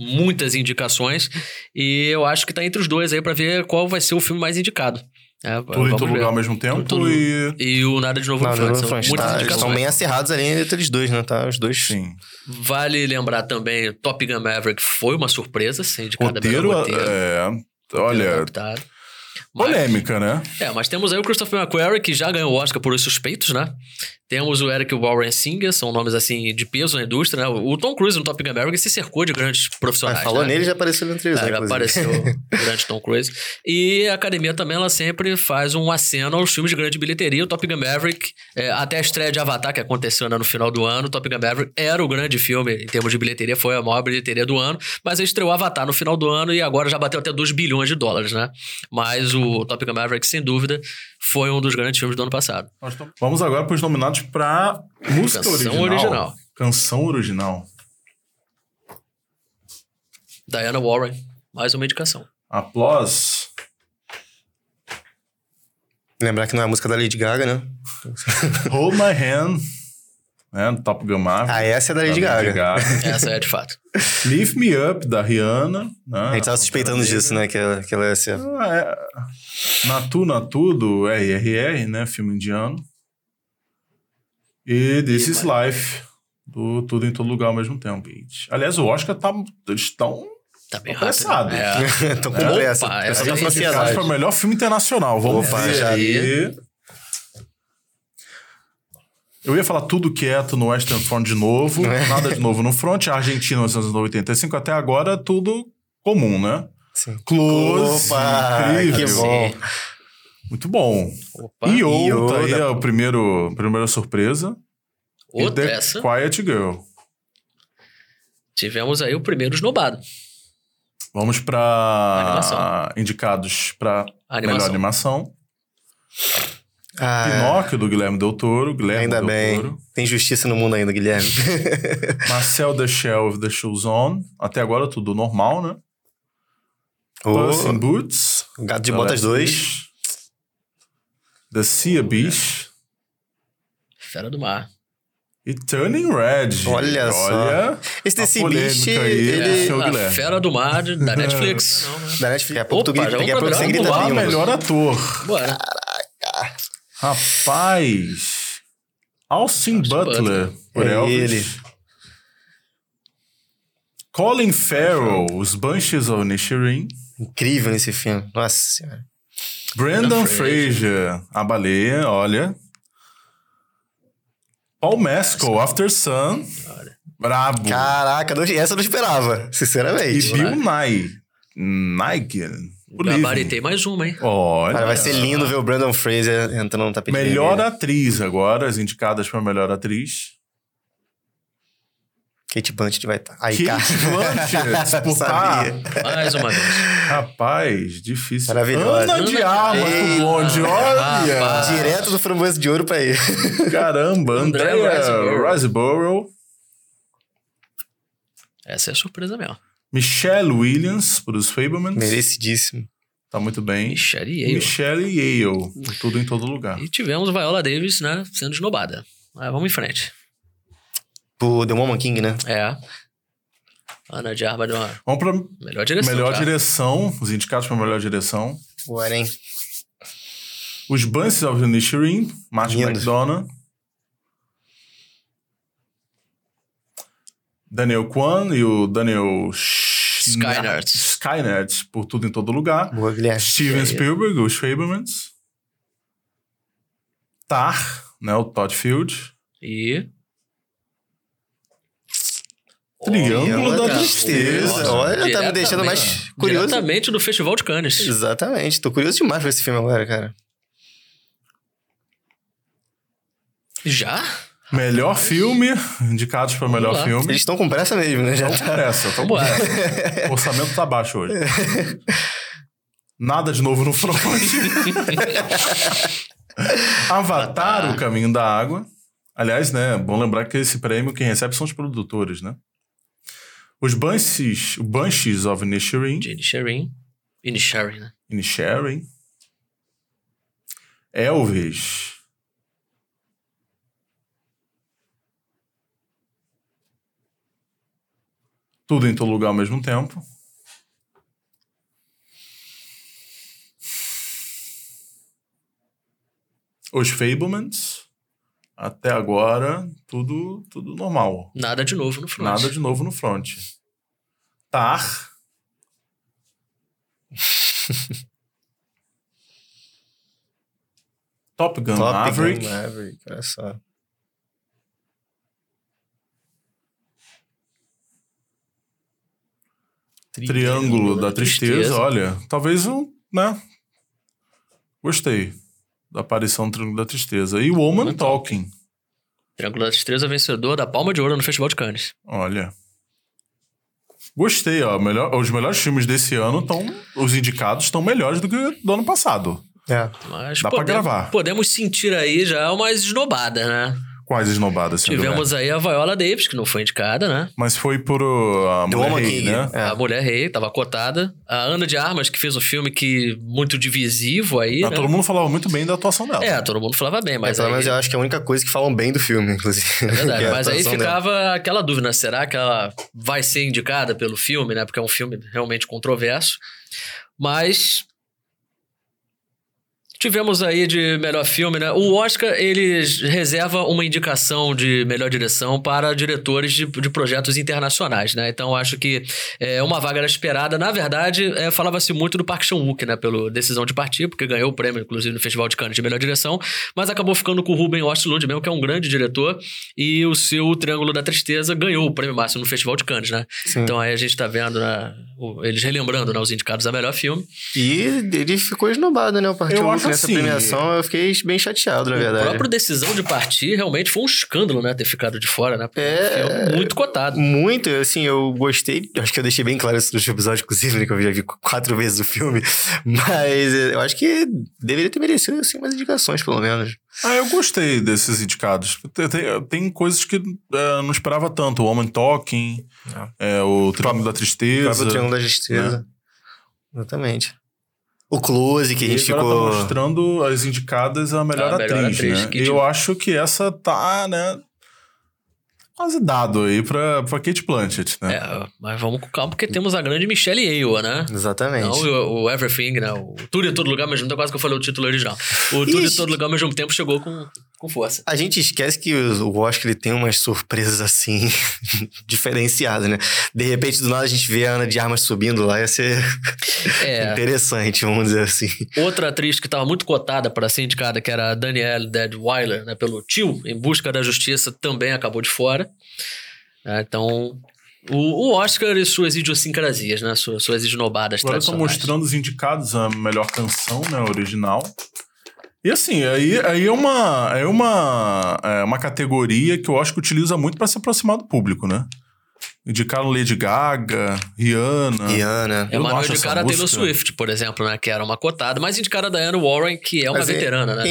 Speaker 3: Muitas indicações, e eu acho que tá entre os dois aí para ver qual vai ser o filme mais indicado. É,
Speaker 2: Tudo em
Speaker 3: vamos
Speaker 2: todo
Speaker 3: ver.
Speaker 2: lugar ao mesmo tempo.
Speaker 3: Tudo-
Speaker 2: E...
Speaker 3: E o Nada de Novo
Speaker 4: Não,
Speaker 3: no
Speaker 4: não,
Speaker 3: Front.
Speaker 4: não,
Speaker 3: São
Speaker 4: Franch,
Speaker 3: muitas
Speaker 4: tá,
Speaker 3: indicações.
Speaker 4: estão bem acerrados ali entre os dois, né? Tá? Os dois.
Speaker 2: Sim.
Speaker 3: Vale lembrar também, Top Gun Maverick foi uma surpresa, sem indicada
Speaker 2: Roteiro,
Speaker 3: melhor roteiro.
Speaker 2: é...
Speaker 3: roteiro
Speaker 2: Olha,
Speaker 3: adaptado. Mas,
Speaker 2: polêmica, né?
Speaker 3: é, mas temos aí o Christopher McQuarrie, que já ganhou o Oscar por Os Suspeitos, né? Temos o Eric Warren Singer, são nomes assim de peso na indústria, né? O Tom Cruise no Top Gun America se cercou de grandes profissionais.
Speaker 4: Mas Ah, falou
Speaker 3: né?
Speaker 4: nele já apareceu na
Speaker 3: É,
Speaker 4: entrevista.
Speaker 3: já
Speaker 4: inclusive.
Speaker 3: apareceu o grande Tom Cruise. E a academia também, ela sempre faz um aceno aos filmes de grande bilheteria. O Top Gun Maverick, é, até a estreia de Avatar, que aconteceu né, no final do ano, o Top Gun Maverick era o grande filme em termos de bilheteria, foi a maior bilheteria do ano. Mas estreou Avatar no final do ano e agora já bateu até 2 bilhões de dólares, né? Mas o Top Gun Maverick, sem dúvida, foi um dos grandes filmes do ano passado.
Speaker 2: Nós tam- Vamos agora para os nominados para música
Speaker 3: Canção
Speaker 2: original.
Speaker 3: original.
Speaker 2: Canção original.
Speaker 3: Diana Warren, mais uma indicação.
Speaker 2: Aplausos.
Speaker 4: *laughs* Lembrar que não é a música da Lady Gaga, né?
Speaker 2: Hold My Hand. Né, do Top Gun Maverick.
Speaker 4: Ah, essa é da
Speaker 2: da
Speaker 4: Lady Gaga.
Speaker 3: Essa é de fato.
Speaker 2: Lift Me Up, da Rihanna. né?
Speaker 4: A gente tava suspeitando disso, né? Que ela, que ela ia ser. *laughs*
Speaker 2: Ah, é. Natu Natu, do RRR, né? Filme indiano. E This
Speaker 3: E
Speaker 2: Is Life, do Tudo em Todo Lugar ao mesmo tempo. gente. Aliás, o Oscar tá... Eles estão...
Speaker 3: Tá bem
Speaker 2: Tá
Speaker 3: rápido.
Speaker 2: apressado.
Speaker 3: É.
Speaker 4: Tô com pressa.
Speaker 3: Opa,
Speaker 4: Essa
Speaker 3: essa
Speaker 4: tá
Speaker 3: aí
Speaker 4: com
Speaker 3: é
Speaker 4: ansiedade.
Speaker 2: para melhor filme internacional. Vamos
Speaker 4: Opa,
Speaker 2: ver
Speaker 4: já
Speaker 2: aí. Eu ia falar tudo quieto no Western Front de novo, nada de novo no front, Argentina 1985, até agora tudo comum, né?
Speaker 4: Sim.
Speaker 2: Close,
Speaker 4: Opa,
Speaker 2: incrível.
Speaker 4: que bom.
Speaker 2: Muito bom.
Speaker 3: Opa,
Speaker 2: E outra aí
Speaker 4: Yoda.
Speaker 2: é a primeiro, primeira surpresa. E
Speaker 3: outra
Speaker 2: The
Speaker 3: essa.
Speaker 2: Quiet Girl.
Speaker 3: Tivemos aí o primeiro esnobado.
Speaker 2: Vamos para
Speaker 3: Animação.
Speaker 2: indicados para melhor
Speaker 3: Animação.
Speaker 2: animação.
Speaker 4: Ah,
Speaker 2: Pinóquio do Guilherme Del Toro,
Speaker 3: né?
Speaker 2: Guilherme
Speaker 4: ainda
Speaker 2: Del
Speaker 4: bem.
Speaker 2: Toro.
Speaker 4: Tem justiça no mundo ainda, Guilherme.
Speaker 2: Marcel The Shell with the Shoes On. Até agora tudo normal, né? Puss in
Speaker 4: Ô,
Speaker 2: Boots.
Speaker 4: o Gato de Botas 2.
Speaker 2: Fish. The Sea Beach.
Speaker 3: Fera do Mar.
Speaker 2: E Turning Red.
Speaker 4: Olha só.
Speaker 2: Olha.
Speaker 4: Esse
Speaker 2: a
Speaker 4: desse
Speaker 2: polêmica
Speaker 4: bicho,
Speaker 2: aí.
Speaker 4: ele.
Speaker 2: Seu
Speaker 3: É, a
Speaker 2: Guilherme.
Speaker 3: Fera do Mar de-
Speaker 2: *laughs*
Speaker 3: da Netflix.
Speaker 4: Da Netflix. Daqui a pouco tu
Speaker 3: Opa,
Speaker 4: grita,
Speaker 3: já
Speaker 4: daqui a
Speaker 3: vamos
Speaker 4: pouco você
Speaker 3: pra
Speaker 4: grita
Speaker 3: Vamos
Speaker 2: Ah,
Speaker 3: lá,
Speaker 4: bingo.
Speaker 2: melhor ator.
Speaker 3: é. Bora.
Speaker 2: Rapaz! Austin
Speaker 3: Austin
Speaker 2: Butler,
Speaker 3: Butler.
Speaker 2: por
Speaker 4: É
Speaker 2: Elvis.
Speaker 4: ele.
Speaker 2: Colin Farrell, os Bunches of Nishirin.
Speaker 4: Incrível nesse filme. Nossa senhora.
Speaker 2: Brandon
Speaker 3: Brandon
Speaker 2: Fraser, a baleia, olha. Paul Mescal, After Sun. Brabo.
Speaker 4: Caraca, não- essa eu não esperava,
Speaker 2: E
Speaker 4: sinceramente.
Speaker 2: Bill Nye. Nike. O livro.
Speaker 3: Gabaritei mais uma, hein?
Speaker 2: Olha.
Speaker 4: Cara, vai ser lindo ver o Brandon Fraser entrando no tapete.
Speaker 2: Melhor
Speaker 4: vermelho.
Speaker 2: atriz agora, as indicadas para melhor atriz.
Speaker 4: Kate Blanchett vai estar. Aí,
Speaker 2: Kate
Speaker 4: cara.
Speaker 2: Blanchett, *laughs*
Speaker 4: *laughs*
Speaker 2: por
Speaker 4: Sabia.
Speaker 2: tá-
Speaker 3: Mais uma vez.
Speaker 2: Rapaz, difícil.
Speaker 4: Maravilhosa.
Speaker 2: Ana de Armas com
Speaker 4: Eita.
Speaker 2: Blonde, olha!
Speaker 3: Rapaz.
Speaker 4: Direto do framboesa de ouro pra ele.
Speaker 2: Caramba,
Speaker 3: Andrea
Speaker 2: Andrea
Speaker 3: Riseborough.
Speaker 2: Riseborough,
Speaker 3: Essa é a surpresa mesmo.
Speaker 2: Michelle Williams, por os Fablemans.
Speaker 4: Merecidíssimo.
Speaker 2: Tá muito bem.
Speaker 3: Michelle Yeoh.
Speaker 2: Michelle Yale, tudo em todo lugar.
Speaker 3: E tivemos Viola Davis, né? Sendo esnobada. Mas vamos em frente.
Speaker 4: Pro The Woman King, né?
Speaker 3: É. Ana de Arma de uma
Speaker 2: Vamos pra
Speaker 3: melhor direção. tá?
Speaker 2: melhor
Speaker 3: cara.
Speaker 2: direção, os indicados pra melhor direção.
Speaker 4: Bora, hein?
Speaker 2: Os Bunches of the Nishirin, Martin
Speaker 4: Lindo.
Speaker 2: McDonough. Daniel Kwan e o Daniel Schna-
Speaker 3: Skynyrd.
Speaker 2: Skynyrd, por tudo em todo lugar.
Speaker 4: Boa, Guilherme.
Speaker 2: Steven
Speaker 3: É.
Speaker 2: Spielberg, os Fablemans. Tar, né, o Todd Field.
Speaker 3: E.
Speaker 2: Triângulo da
Speaker 4: Olha,
Speaker 2: Tristeza.
Speaker 4: cara. Olha, tá me
Speaker 3: Diretamente-
Speaker 4: deixando mais curioso.
Speaker 3: Diretamente do Festival de Cannes.
Speaker 4: Exatamente. Tô curioso demais pra esse filme agora, cara.
Speaker 3: Já?
Speaker 2: Melhor filme, indicados para melhor
Speaker 3: lá.
Speaker 2: filme.
Speaker 4: Eles estão com pressa mesmo, né? Já
Speaker 2: Não
Speaker 4: tá.
Speaker 2: interessa, então
Speaker 3: Vambora. *laughs*
Speaker 2: o orçamento tá baixo hoje. Nada de novo no front. Avatar, o caminho da água. Aliás, né, bom lembrar que esse prêmio quem recebe são os produtores, né? Os Banshees, o Banshees of Nishirin.
Speaker 3: Jane Sherin. Ine Sherin, né?
Speaker 2: In Sharing. Elvis. Tudo em todo lugar ao mesmo tempo. Os Fablemans. Até agora, tudo, tudo normal.
Speaker 3: Nada de novo no front.
Speaker 2: Nada de novo no front.
Speaker 3: *laughs*
Speaker 2: Tar. Top Gun
Speaker 4: Top Gun
Speaker 2: Maverick.
Speaker 4: Maverick, olha só. Tri-
Speaker 2: Triângulo da tristeza,
Speaker 3: Tristeza.
Speaker 2: olha. Talvez um, né? Gostei da aparição do Triângulo da Tristeza. E Woman,
Speaker 3: Woman
Speaker 2: Talking.
Speaker 3: Triângulo da Destreza vencedor da Palma de Ouro no Festival de Cannes.
Speaker 2: Olha. Gostei, ó. Melhor- os melhores filmes desse ano estão. Os indicados estão melhores do que do ano passado.
Speaker 4: É.
Speaker 3: Mas
Speaker 2: Dá pra
Speaker 3: podemos-
Speaker 2: gravar.
Speaker 3: podemos sentir aí já umas esnobadas, né?
Speaker 2: Quais esnobadas, sendo
Speaker 3: Tivemos
Speaker 2: honesto.
Speaker 3: aí a Viola Davis, que não foi indicada, né?
Speaker 2: Mas foi por uh, a
Speaker 4: The
Speaker 2: Mulher
Speaker 4: Woman
Speaker 2: Rei,
Speaker 4: King.
Speaker 2: né?
Speaker 4: É.
Speaker 3: A Mulher Rei, tava cotada. A Ana de Armas, que fez um filme que muito divisivo aí,
Speaker 2: Ah,
Speaker 3: né?
Speaker 2: Todo mundo falava muito bem da atuação dela.
Speaker 3: É, todo mundo falava bem,
Speaker 4: Mas
Speaker 3: mas
Speaker 4: pelo
Speaker 3: aí...
Speaker 4: menos eu acho que é a única coisa que falam bem do filme, inclusive.
Speaker 3: É verdade,
Speaker 4: *laughs* Que a
Speaker 3: mas aí
Speaker 4: atuação dela.
Speaker 3: ficava aquela dúvida, né? será que ela vai ser indicada pelo filme, né? Porque é um filme realmente controverso. Mas tivemos aí de melhor filme, né? O Oscar, ele reserva uma indicação de melhor direção para diretores de, de projetos internacionais, né? Então acho que é uma vaga era esperada. Na verdade, é, falava-se muito do Park Chan-wook, né? Pela decisão de partir, porque ganhou o prêmio, inclusive, no Festival de Cannes de melhor direção, mas acabou ficando com o Ruben Östlund mesmo, que é um grande diretor, e o seu Triângulo da Tristeza ganhou o prêmio máximo no Festival de Cannes, né?
Speaker 4: Sim.
Speaker 3: Então aí a gente tá vendo né, o- eles relembrando né, os indicados a melhor filme.
Speaker 4: E ele ficou esnobado, né? O Partiu
Speaker 2: Eu acho
Speaker 4: nessa
Speaker 2: assim-
Speaker 4: premiação, eu fiquei bem chateado, na
Speaker 3: A
Speaker 4: verdade.
Speaker 3: própria decisão de partir realmente foi um escândalo, né? Ter ficado de fora, né? Porque
Speaker 4: É.
Speaker 3: é um filme muito cotado.
Speaker 4: Muito, assim, eu gostei. Acho que eu deixei bem claro isso no episódio, inclusive, né, que eu já vi quatro vezes o filme. *laughs* Mas eh, eu acho que deveria ter merecido, assim, umas indicações, pelo menos.
Speaker 2: Ah, eu gostei desses indicados. Tem, tem- tem coisas que eh, não esperava tanto. O Woman Talking, eh, o Triângulo da
Speaker 4: O próprio
Speaker 2: Tristeza.
Speaker 4: É. Triângulo da
Speaker 2: né?
Speaker 4: Justiça. Exatamente. O Close, que a gente
Speaker 2: e agora
Speaker 4: ficou.
Speaker 2: tá mostrando as indicadas a melhor,
Speaker 3: A melhor
Speaker 2: atriz,
Speaker 3: atriz,
Speaker 2: né?
Speaker 3: que
Speaker 2: eu
Speaker 3: tipo-
Speaker 2: acho que essa tá, né, quase dado aí pra, pra Kate Blanchett, né?
Speaker 3: É, mas vamos com calma, porque temos a grande Michelle Yeoh, né?
Speaker 4: Exatamente.
Speaker 3: Não, o, o Everything, né? O Tudo em Todo Lugar ao mesmo tempo. Quase que eu falei o título original. O Tudo em
Speaker 4: Ixi.
Speaker 3: Todo Lugar ao mesmo tempo chegou com, com força.
Speaker 4: A gente esquece que o o Oscar ele tem umas surpresas assim, *laughs* diferenciadas, né? De repente, do nada, a gente vê a Ana de Armas subindo lá, ia ser
Speaker 3: *laughs* É,
Speaker 4: interessante, vamos dizer assim.
Speaker 3: outra atriz que estava muito cotada para ser indicada, que era a Danielle Deadweiler, né? Pelo Tio, em busca da justiça, também acabou de fora. É, então, o, o Oscar e suas idiosincrasias, né? Suas, suas esnobadas
Speaker 2: Agora estão
Speaker 3: tradicionais.
Speaker 2: mostrando os indicados a melhor canção, né, original. E assim, aí, aí é, uma, é, uma, é uma categoria que eu acho que utiliza muito pra se aproximar do público, né? Indicaram Lady Gaga, Rihanna.
Speaker 4: E Ana.
Speaker 3: É
Speaker 2: Eu
Speaker 3: uma
Speaker 2: não
Speaker 3: não
Speaker 2: acho
Speaker 3: indicada a
Speaker 2: essa
Speaker 3: Taylor
Speaker 2: música.
Speaker 3: Swift, por exemplo, né? Que era uma cotada, mas indicada a Diana Warren, que é uma
Speaker 4: Mas é-
Speaker 3: veterana, né?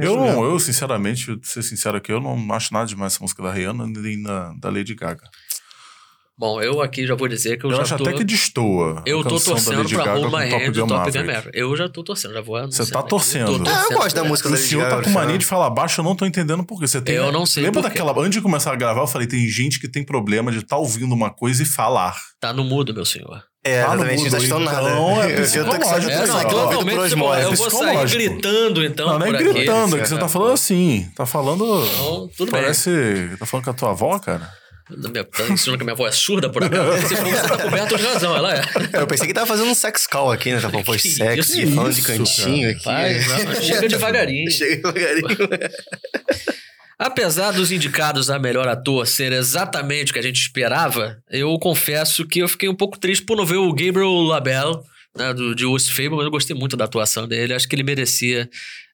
Speaker 2: Eu não, eu sinceramente, eu ser sincero aqui, eu não acho nada demais essa música da Rihanna nem da, da Lady Gaga.
Speaker 3: Bom, eu aqui já vou dizer que eu,
Speaker 2: Eu,
Speaker 3: já
Speaker 2: acho
Speaker 3: tô...
Speaker 2: até que destoa. a
Speaker 3: Eu tô
Speaker 2: canção da
Speaker 3: torcendo
Speaker 2: Lady
Speaker 3: pra
Speaker 2: Gaga
Speaker 3: Hold
Speaker 2: com
Speaker 3: My
Speaker 2: Top
Speaker 3: Hand do
Speaker 2: Gun
Speaker 3: Top Gun
Speaker 2: Maverick.
Speaker 3: Maverick. Eu já tô torcendo, já vou anunciar.
Speaker 2: Você tá
Speaker 3: aqui.
Speaker 2: torcendo.
Speaker 3: Eu tô
Speaker 4: Ah,
Speaker 3: torcendo.
Speaker 4: eu gosto da música
Speaker 2: O
Speaker 4: da Lady
Speaker 2: senhor tá
Speaker 4: Gaga,
Speaker 2: com mania
Speaker 4: Fernando.
Speaker 2: de falar baixo, eu não tô entendendo por quê. Você tem,
Speaker 3: Eu não sei
Speaker 2: Lembra
Speaker 3: por quê.
Speaker 2: daquela. Antes de começar a gravar, eu falei: tem gente que tem problema de estar ouvindo uma coisa e falar.
Speaker 3: Tá no mudo, meu senhor.
Speaker 4: É,
Speaker 2: Tá no
Speaker 4: exatamente, não tá
Speaker 2: mundo,
Speaker 4: achando nada.
Speaker 2: então é
Speaker 4: *laughs* eu tô que só-
Speaker 2: psicológico,
Speaker 4: eu tô
Speaker 2: né?
Speaker 4: só aqui
Speaker 2: Não,
Speaker 4: ouvindo
Speaker 3: provavelmente
Speaker 4: por
Speaker 3: você- eu
Speaker 4: osmose.
Speaker 3: vou sair
Speaker 2: psicológico.
Speaker 3: gritando, então,
Speaker 2: não, não é
Speaker 3: por aqui.
Speaker 2: gritando, é que você
Speaker 4: cara.
Speaker 2: tá falando assim. Tá falando.
Speaker 3: Então, tudo
Speaker 2: parece. Tá falando com a tua avó, cara?
Speaker 3: bem. Minha- Tá ensinando que minha avó é
Speaker 2: *laughs*
Speaker 3: surda, por acaso? Esse povo você tá coberto de razão, ela é.
Speaker 4: Eu pensei que tava fazendo um sex call aqui, né? Tá falando, pô,
Speaker 3: Que
Speaker 4: sexo,
Speaker 3: isso,
Speaker 4: falando de
Speaker 2: cara?
Speaker 4: cantinho
Speaker 3: Faz,
Speaker 4: aqui.
Speaker 3: não, chega
Speaker 4: *laughs*
Speaker 3: devagarinho.
Speaker 4: Chega devagarinho.
Speaker 3: Apesar dos indicados a melhor ator ser exatamente o que a gente esperava, eu confesso que eu fiquei um pouco triste por não ver o Gabriel Labelle, né, do, de Os Fable, mas eu gostei muito da atuação dele, acho que ele merecia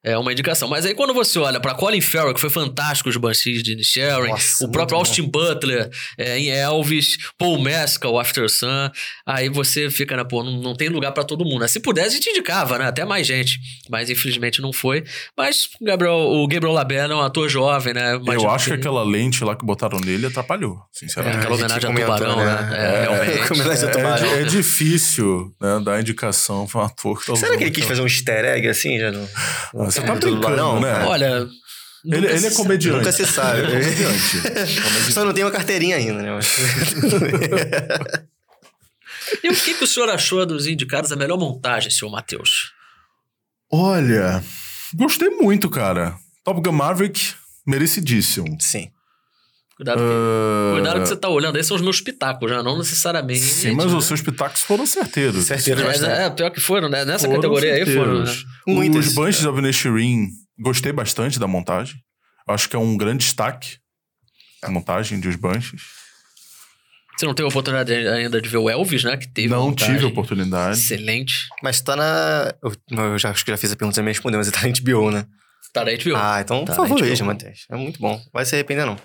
Speaker 3: é, uma indicação. Mas aí quando você olha pra Colin Farrell, que foi fantástico os Banshees de Sharon,
Speaker 4: Nossa,
Speaker 3: o próprio
Speaker 4: muito
Speaker 3: Austin Butler é, em Elvis, Paul Mescal, After Sun, aí você fica na, pô, não, não tem lugar pra todo mundo. né? Se pudesse, a gente indicava, né, até mais gente, mas infelizmente não foi. Mas o Gabriel, o Gabriel Labella é um ator jovem, né?
Speaker 2: eu
Speaker 3: Imagino
Speaker 2: acho que aquela lente lá que botaram nele atrapalhou, sinceramente.
Speaker 3: Aquela
Speaker 4: a gente
Speaker 3: homenagem a
Speaker 4: comentou,
Speaker 3: Tubarão,
Speaker 4: né?
Speaker 3: né? É, realmente.
Speaker 4: *laughs* Homenagem a Tubarão.
Speaker 2: É, é difícil né, dar indicação pra um ator que tá
Speaker 4: Será que ele
Speaker 2: usando
Speaker 3: então.
Speaker 4: quis fazer um easter egg assim? Já não...
Speaker 2: aquela- Ah,
Speaker 4: É,
Speaker 2: Você tá
Speaker 4: Tudo
Speaker 2: brincando,
Speaker 4: barão,
Speaker 2: né?
Speaker 3: Olha.
Speaker 2: ele, ele é comediante.
Speaker 4: Nunca se sabe.
Speaker 2: Ele é comediante.
Speaker 4: *laughs*
Speaker 2: Comediante.
Speaker 4: Só não tem uma carteirinha ainda, né? Mas-
Speaker 3: E o que, que o senhor achou dos indicados a melhor montagem, senhor Matheus?
Speaker 2: Olha, gostei muito, cara. Top Gun Maverick, merecidíssimo.
Speaker 4: Sim.
Speaker 3: Cuidado, que-
Speaker 2: Ah,
Speaker 3: cuidado que você tá olhando. Esses são os meus pitacos, né? Não necessariamente.
Speaker 2: Sim, mas os seus
Speaker 3: né?
Speaker 2: pitacos foram certeiros.
Speaker 4: Certeiro
Speaker 3: Mas
Speaker 4: bastante.
Speaker 3: é, pior que foram, né? Nessa
Speaker 2: Foram
Speaker 3: categoria aí foram, né?
Speaker 2: certeiros.
Speaker 4: Muitas.
Speaker 2: Os Bunches of Neshirin, gostei bastante da montagem. Acho que é um grande destaque. A montagem de Os Bunches.
Speaker 3: Você não teve a oportunidade ainda de ver o Elvis, né? Que teve
Speaker 2: Não
Speaker 3: montagem.
Speaker 2: tive oportunidade.
Speaker 3: Excelente.
Speaker 4: Mas tá na. Eu, eu já, acho que já fiz a pergunta e me respondeu, mas tá na HBO, né?
Speaker 3: Tá na HBO.
Speaker 4: Ah, então,
Speaker 3: Tá
Speaker 4: por favor,
Speaker 3: na HBO.
Speaker 4: veja, Matheus. É muito bom. Vai se arrepender, não.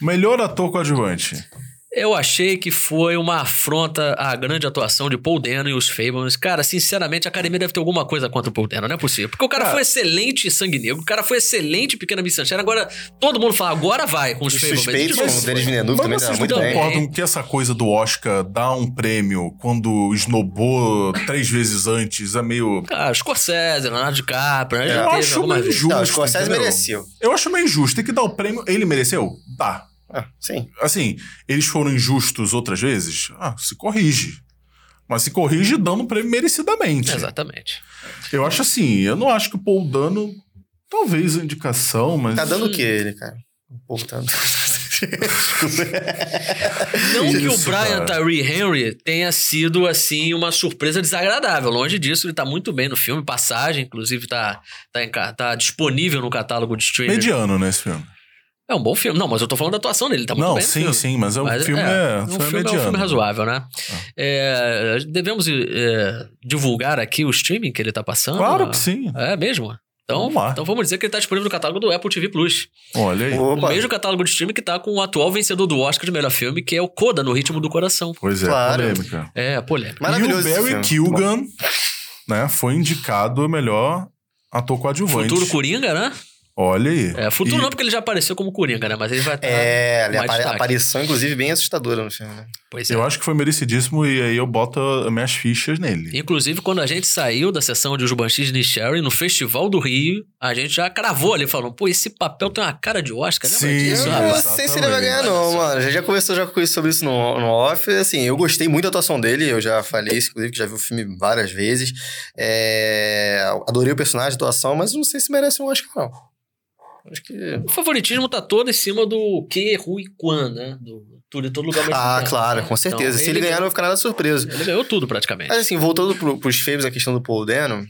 Speaker 2: Melhor ator coadjuvante.
Speaker 3: Eu achei que foi uma afronta à grande atuação de Paul Dano e os Fablemans. Cara, sinceramente, a academia deve ter alguma coisa contra o Paul Dano, não é possível. Porque o cara
Speaker 2: Cara.
Speaker 3: foi excelente em Sangue Negro, o cara foi excelente em Pequena Miss Sunshine. Agora, todo mundo fala, agora vai com os
Speaker 4: Os
Speaker 3: Fablemans.
Speaker 4: suspeitos,
Speaker 3: Mas-
Speaker 4: como o Denis Villeneuve
Speaker 2: Mas
Speaker 4: também, tá
Speaker 2: vocês
Speaker 4: muito
Speaker 2: não
Speaker 3: também.
Speaker 4: bem.
Speaker 2: concordam que essa coisa do Oscar dar um prêmio quando esnobou três vezes antes é meio.
Speaker 3: Cara, Ah, Scorsese, Leonardo DiCaprio, né?
Speaker 2: Eu
Speaker 3: já teve
Speaker 2: acho
Speaker 3: algumas
Speaker 2: meio
Speaker 3: vezes.
Speaker 2: justo.
Speaker 4: Não, o Scorsese
Speaker 2: entendeu?
Speaker 4: mereceu.
Speaker 2: Eu acho meio injusto. Tem que dar o prêmio. Ele mereceu? Dá.
Speaker 4: Ah, sim.
Speaker 2: Assim, eles foram injustos outras vezes? Ah, se corrige. Mas se corrige dando o prêmio merecidamente.
Speaker 3: Exatamente.
Speaker 2: Eu acho assim, eu não acho que o Paul Dano. Talvez a indicação, mas.
Speaker 4: Tá dando o que ele, cara? O povo tá.
Speaker 3: *laughs* Não que o
Speaker 2: Isso,
Speaker 3: Brian
Speaker 2: cara.
Speaker 3: Tyree Henry tenha sido, assim, uma surpresa desagradável. Longe disso, ele tá muito bem no filme. Passagem, inclusive, tá, tá, em ca- tá disponível no catálogo de streaming.
Speaker 2: Mediano, né, esse filme?
Speaker 3: É um bom filme. Não, mas eu tô falando da atuação dele. Ele tá muito
Speaker 2: não,
Speaker 3: bem no
Speaker 2: sim,
Speaker 3: filme.
Speaker 2: sim, mas é um
Speaker 3: Mas,
Speaker 2: filme. É,
Speaker 3: um
Speaker 2: filme
Speaker 3: filme é um
Speaker 2: mediano. Ah.
Speaker 3: filme razoável, né? É, devemos é, divulgar aqui o streaming que ele tá passando?
Speaker 2: Claro que sim.
Speaker 3: É mesmo? Então
Speaker 2: Vamos lá.
Speaker 3: então vamos dizer que ele tá disponível no catálogo do Apple TV Plus.
Speaker 2: Olha aí.
Speaker 3: O
Speaker 4: Opa,
Speaker 3: mesmo catálogo de streaming que tá com o atual vencedor do Oscar de melhor filme, que é o Coda, no Ritmo do Coração.
Speaker 2: Pois é,
Speaker 4: Claro.
Speaker 2: polêmica.
Speaker 3: É, polêmica.
Speaker 2: E
Speaker 4: maravilhoso.
Speaker 2: o
Speaker 4: esse
Speaker 2: Barry
Speaker 4: filme. Muito bom.
Speaker 2: Kilgan né, foi indicado o melhor ator coadjuvante.
Speaker 3: Futuro Coringa, né?
Speaker 2: Olha aí.
Speaker 3: É, futuro
Speaker 2: E-
Speaker 3: não, porque ele já apareceu como Coringa, né? Mas ele vai estar...
Speaker 4: É, ali
Speaker 3: Ah, Mais
Speaker 4: apare-
Speaker 3: destaque.
Speaker 4: aparição, inclusive, bem assustadora no filme, né?
Speaker 3: Pois é.
Speaker 2: Eu acho que foi merecidíssimo e aí eu boto as minhas fichas nele.
Speaker 3: Inclusive, quando a gente saiu da sessão de Os Banshees de Sherry no Festival do Rio, a gente já cravou ali, falando, pô, esse papel tem uma cara de Oscar, lembra
Speaker 2: Sim.
Speaker 3: disso,
Speaker 4: eu
Speaker 3: rapaz?
Speaker 4: não sei se ele vai ganhar, não, mano. A gente já conversou já com isso sobre isso no, no off. Assim, eu gostei muito da atuação dele. Eu já falei isso, inclusive, que já vi o filme várias vezes. É, adorei o personagem, a atuação, mas eu não sei se merece um Oscar, não. Acho que.
Speaker 3: O favoritismo tá todo em cima do que Rui Kwan, né? Do tudo em todo lugar. ao mesmo
Speaker 4: Ah,
Speaker 3: tempo.
Speaker 4: claro, com certeza.
Speaker 3: Então,
Speaker 4: se ele ganhar, eu não vou ficar nada surpreso.
Speaker 3: Ele ganhou tudo, praticamente.
Speaker 4: Mas assim, voltando pro, pros Fables, a questão do Paul Dano,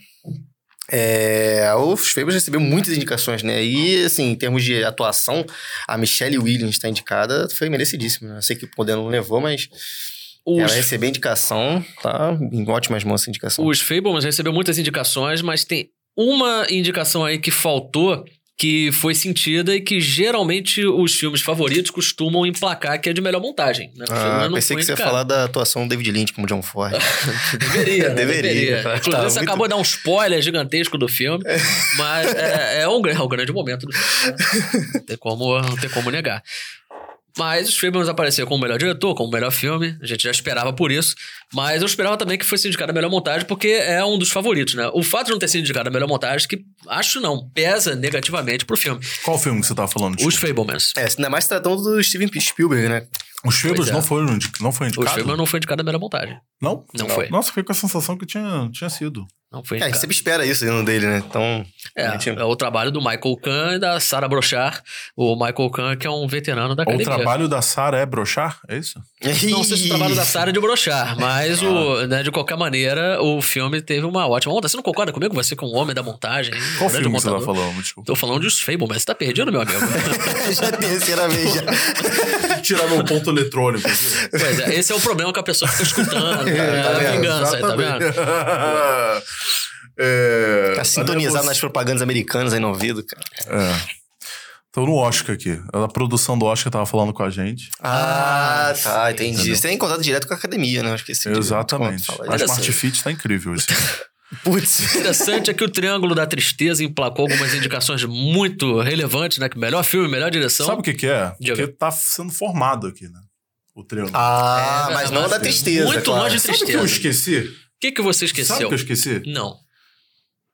Speaker 4: é, os Fables recebeu muitas indicações, né? E assim, em termos de atuação, a Michelle Williams está indicada, foi merecidíssima. né? Eu sei que o Paul Dano não levou, mas ela
Speaker 3: Os,
Speaker 4: recebeu indicação, tá? Em ótimas mãos essa indicação.
Speaker 3: os Fablemans recebeu muitas indicações, mas tem uma indicação aí que faltou, que foi sentida e que geralmente os filmes favoritos costumam emplacar, que é de melhor montagem. Né? O filme
Speaker 4: Ah,
Speaker 3: não
Speaker 4: pensei
Speaker 3: foi
Speaker 4: que você ia
Speaker 3: indicado.
Speaker 4: falar da atuação do David Lynch como John
Speaker 3: *laughs*
Speaker 4: Ford.
Speaker 3: Deveria, né?
Speaker 4: Deveria.
Speaker 3: Inclusive,
Speaker 4: Tá,
Speaker 3: você
Speaker 4: muito-
Speaker 3: acabou de dar um spoiler gigantesco do filme, mas é, é um, gran- é um grande momento do filme. né? Não tem como, não tem como negar. Mas os filmes apareceram como o melhor diretor, como o melhor filme. A gente já esperava por isso. Mas eu esperava também que fosse indicado a melhor montagem, porque é um dos favoritos, né? O fato de não ter sido indicado a melhor montagem, que acho não, pesa negativamente pro filme.
Speaker 2: Qual filme que você tava falando?
Speaker 3: Os
Speaker 2: Desculpa.
Speaker 3: Fablemans.
Speaker 4: é, ainda mais tratando do Steven Spielberg, né?
Speaker 2: Os filmes
Speaker 3: Pois é.
Speaker 2: não foram indi- não foi
Speaker 3: Os
Speaker 2: indicado?
Speaker 3: Fablemans não foi indicado a melhor montagem.
Speaker 2: Não?
Speaker 3: Não foi.
Speaker 2: Nossa, fiquei com a sensação que tinha, tinha sido.
Speaker 3: Não foi
Speaker 4: É, a
Speaker 3: indicado.
Speaker 4: gente sempre espera isso aí no dele, né? Então.
Speaker 3: É,
Speaker 4: gente-
Speaker 3: é o trabalho do Michael Kahn e da Sarah Brochard. O Michael Kahn, que é um veterano
Speaker 2: O
Speaker 3: da academia.
Speaker 2: trabalho da Sarah é brochar? É isso?
Speaker 3: Não sei se
Speaker 4: *laughs*
Speaker 3: o trabalho da Sarah é de brochar, mas o,
Speaker 2: Ah.
Speaker 3: né, de qualquer maneira, o filme teve uma ótima onda. Você não concorda comigo? Você que é um homem da montagem, um
Speaker 2: Qual
Speaker 3: grande
Speaker 2: filme que você
Speaker 3: montador.
Speaker 2: tava falando? Desculpa.
Speaker 3: Tô falando de Os Fable, mas você tá perdido,
Speaker 2: *laughs*
Speaker 3: meu amigo.
Speaker 4: já é a terceira vez
Speaker 3: *laughs*
Speaker 4: já.
Speaker 2: Tirar meu Então, um ponto eletrônico. assim.
Speaker 3: pois é, esse é o problema que a pessoa fica
Speaker 2: *laughs*
Speaker 3: escutando. Né? É a vingança aí, *laughs* tá vendo?
Speaker 2: é...
Speaker 4: Tá sintonizado nas propagandas americanas aí no ouvido, cara.
Speaker 2: É. Tô no Oscar aqui. A produção do Oscar tava falando com a gente.
Speaker 4: Ah, tá, entendi.
Speaker 2: Entendeu?
Speaker 4: Você tem contato direto com a academia, né? Eu esqueci. de-
Speaker 2: Exatamente.
Speaker 4: de
Speaker 3: é
Speaker 4: falar
Speaker 2: A
Speaker 4: isso.
Speaker 2: Smart Fit tá incrível.
Speaker 3: *laughs*
Speaker 2: Esse.
Speaker 4: Putz.
Speaker 3: O interessante é que o Triângulo da Tristeza emplacou algumas indicações muito relevantes, né? Que melhor filme, melhor direção.
Speaker 2: Sabe o que, que é?
Speaker 3: Diga.
Speaker 2: Porque tá sendo formado aqui, né? O triângulo.
Speaker 4: Ah,
Speaker 3: É,
Speaker 4: mas não
Speaker 3: mas
Speaker 4: da tristeza.
Speaker 3: muito
Speaker 4: claro.
Speaker 3: longe de
Speaker 2: Sabe o que
Speaker 3: tristeza.
Speaker 2: eu esqueci?
Speaker 3: O que, que
Speaker 2: Sabe
Speaker 3: você
Speaker 2: o
Speaker 3: esqueceu?
Speaker 2: que eu esqueci?
Speaker 3: Não.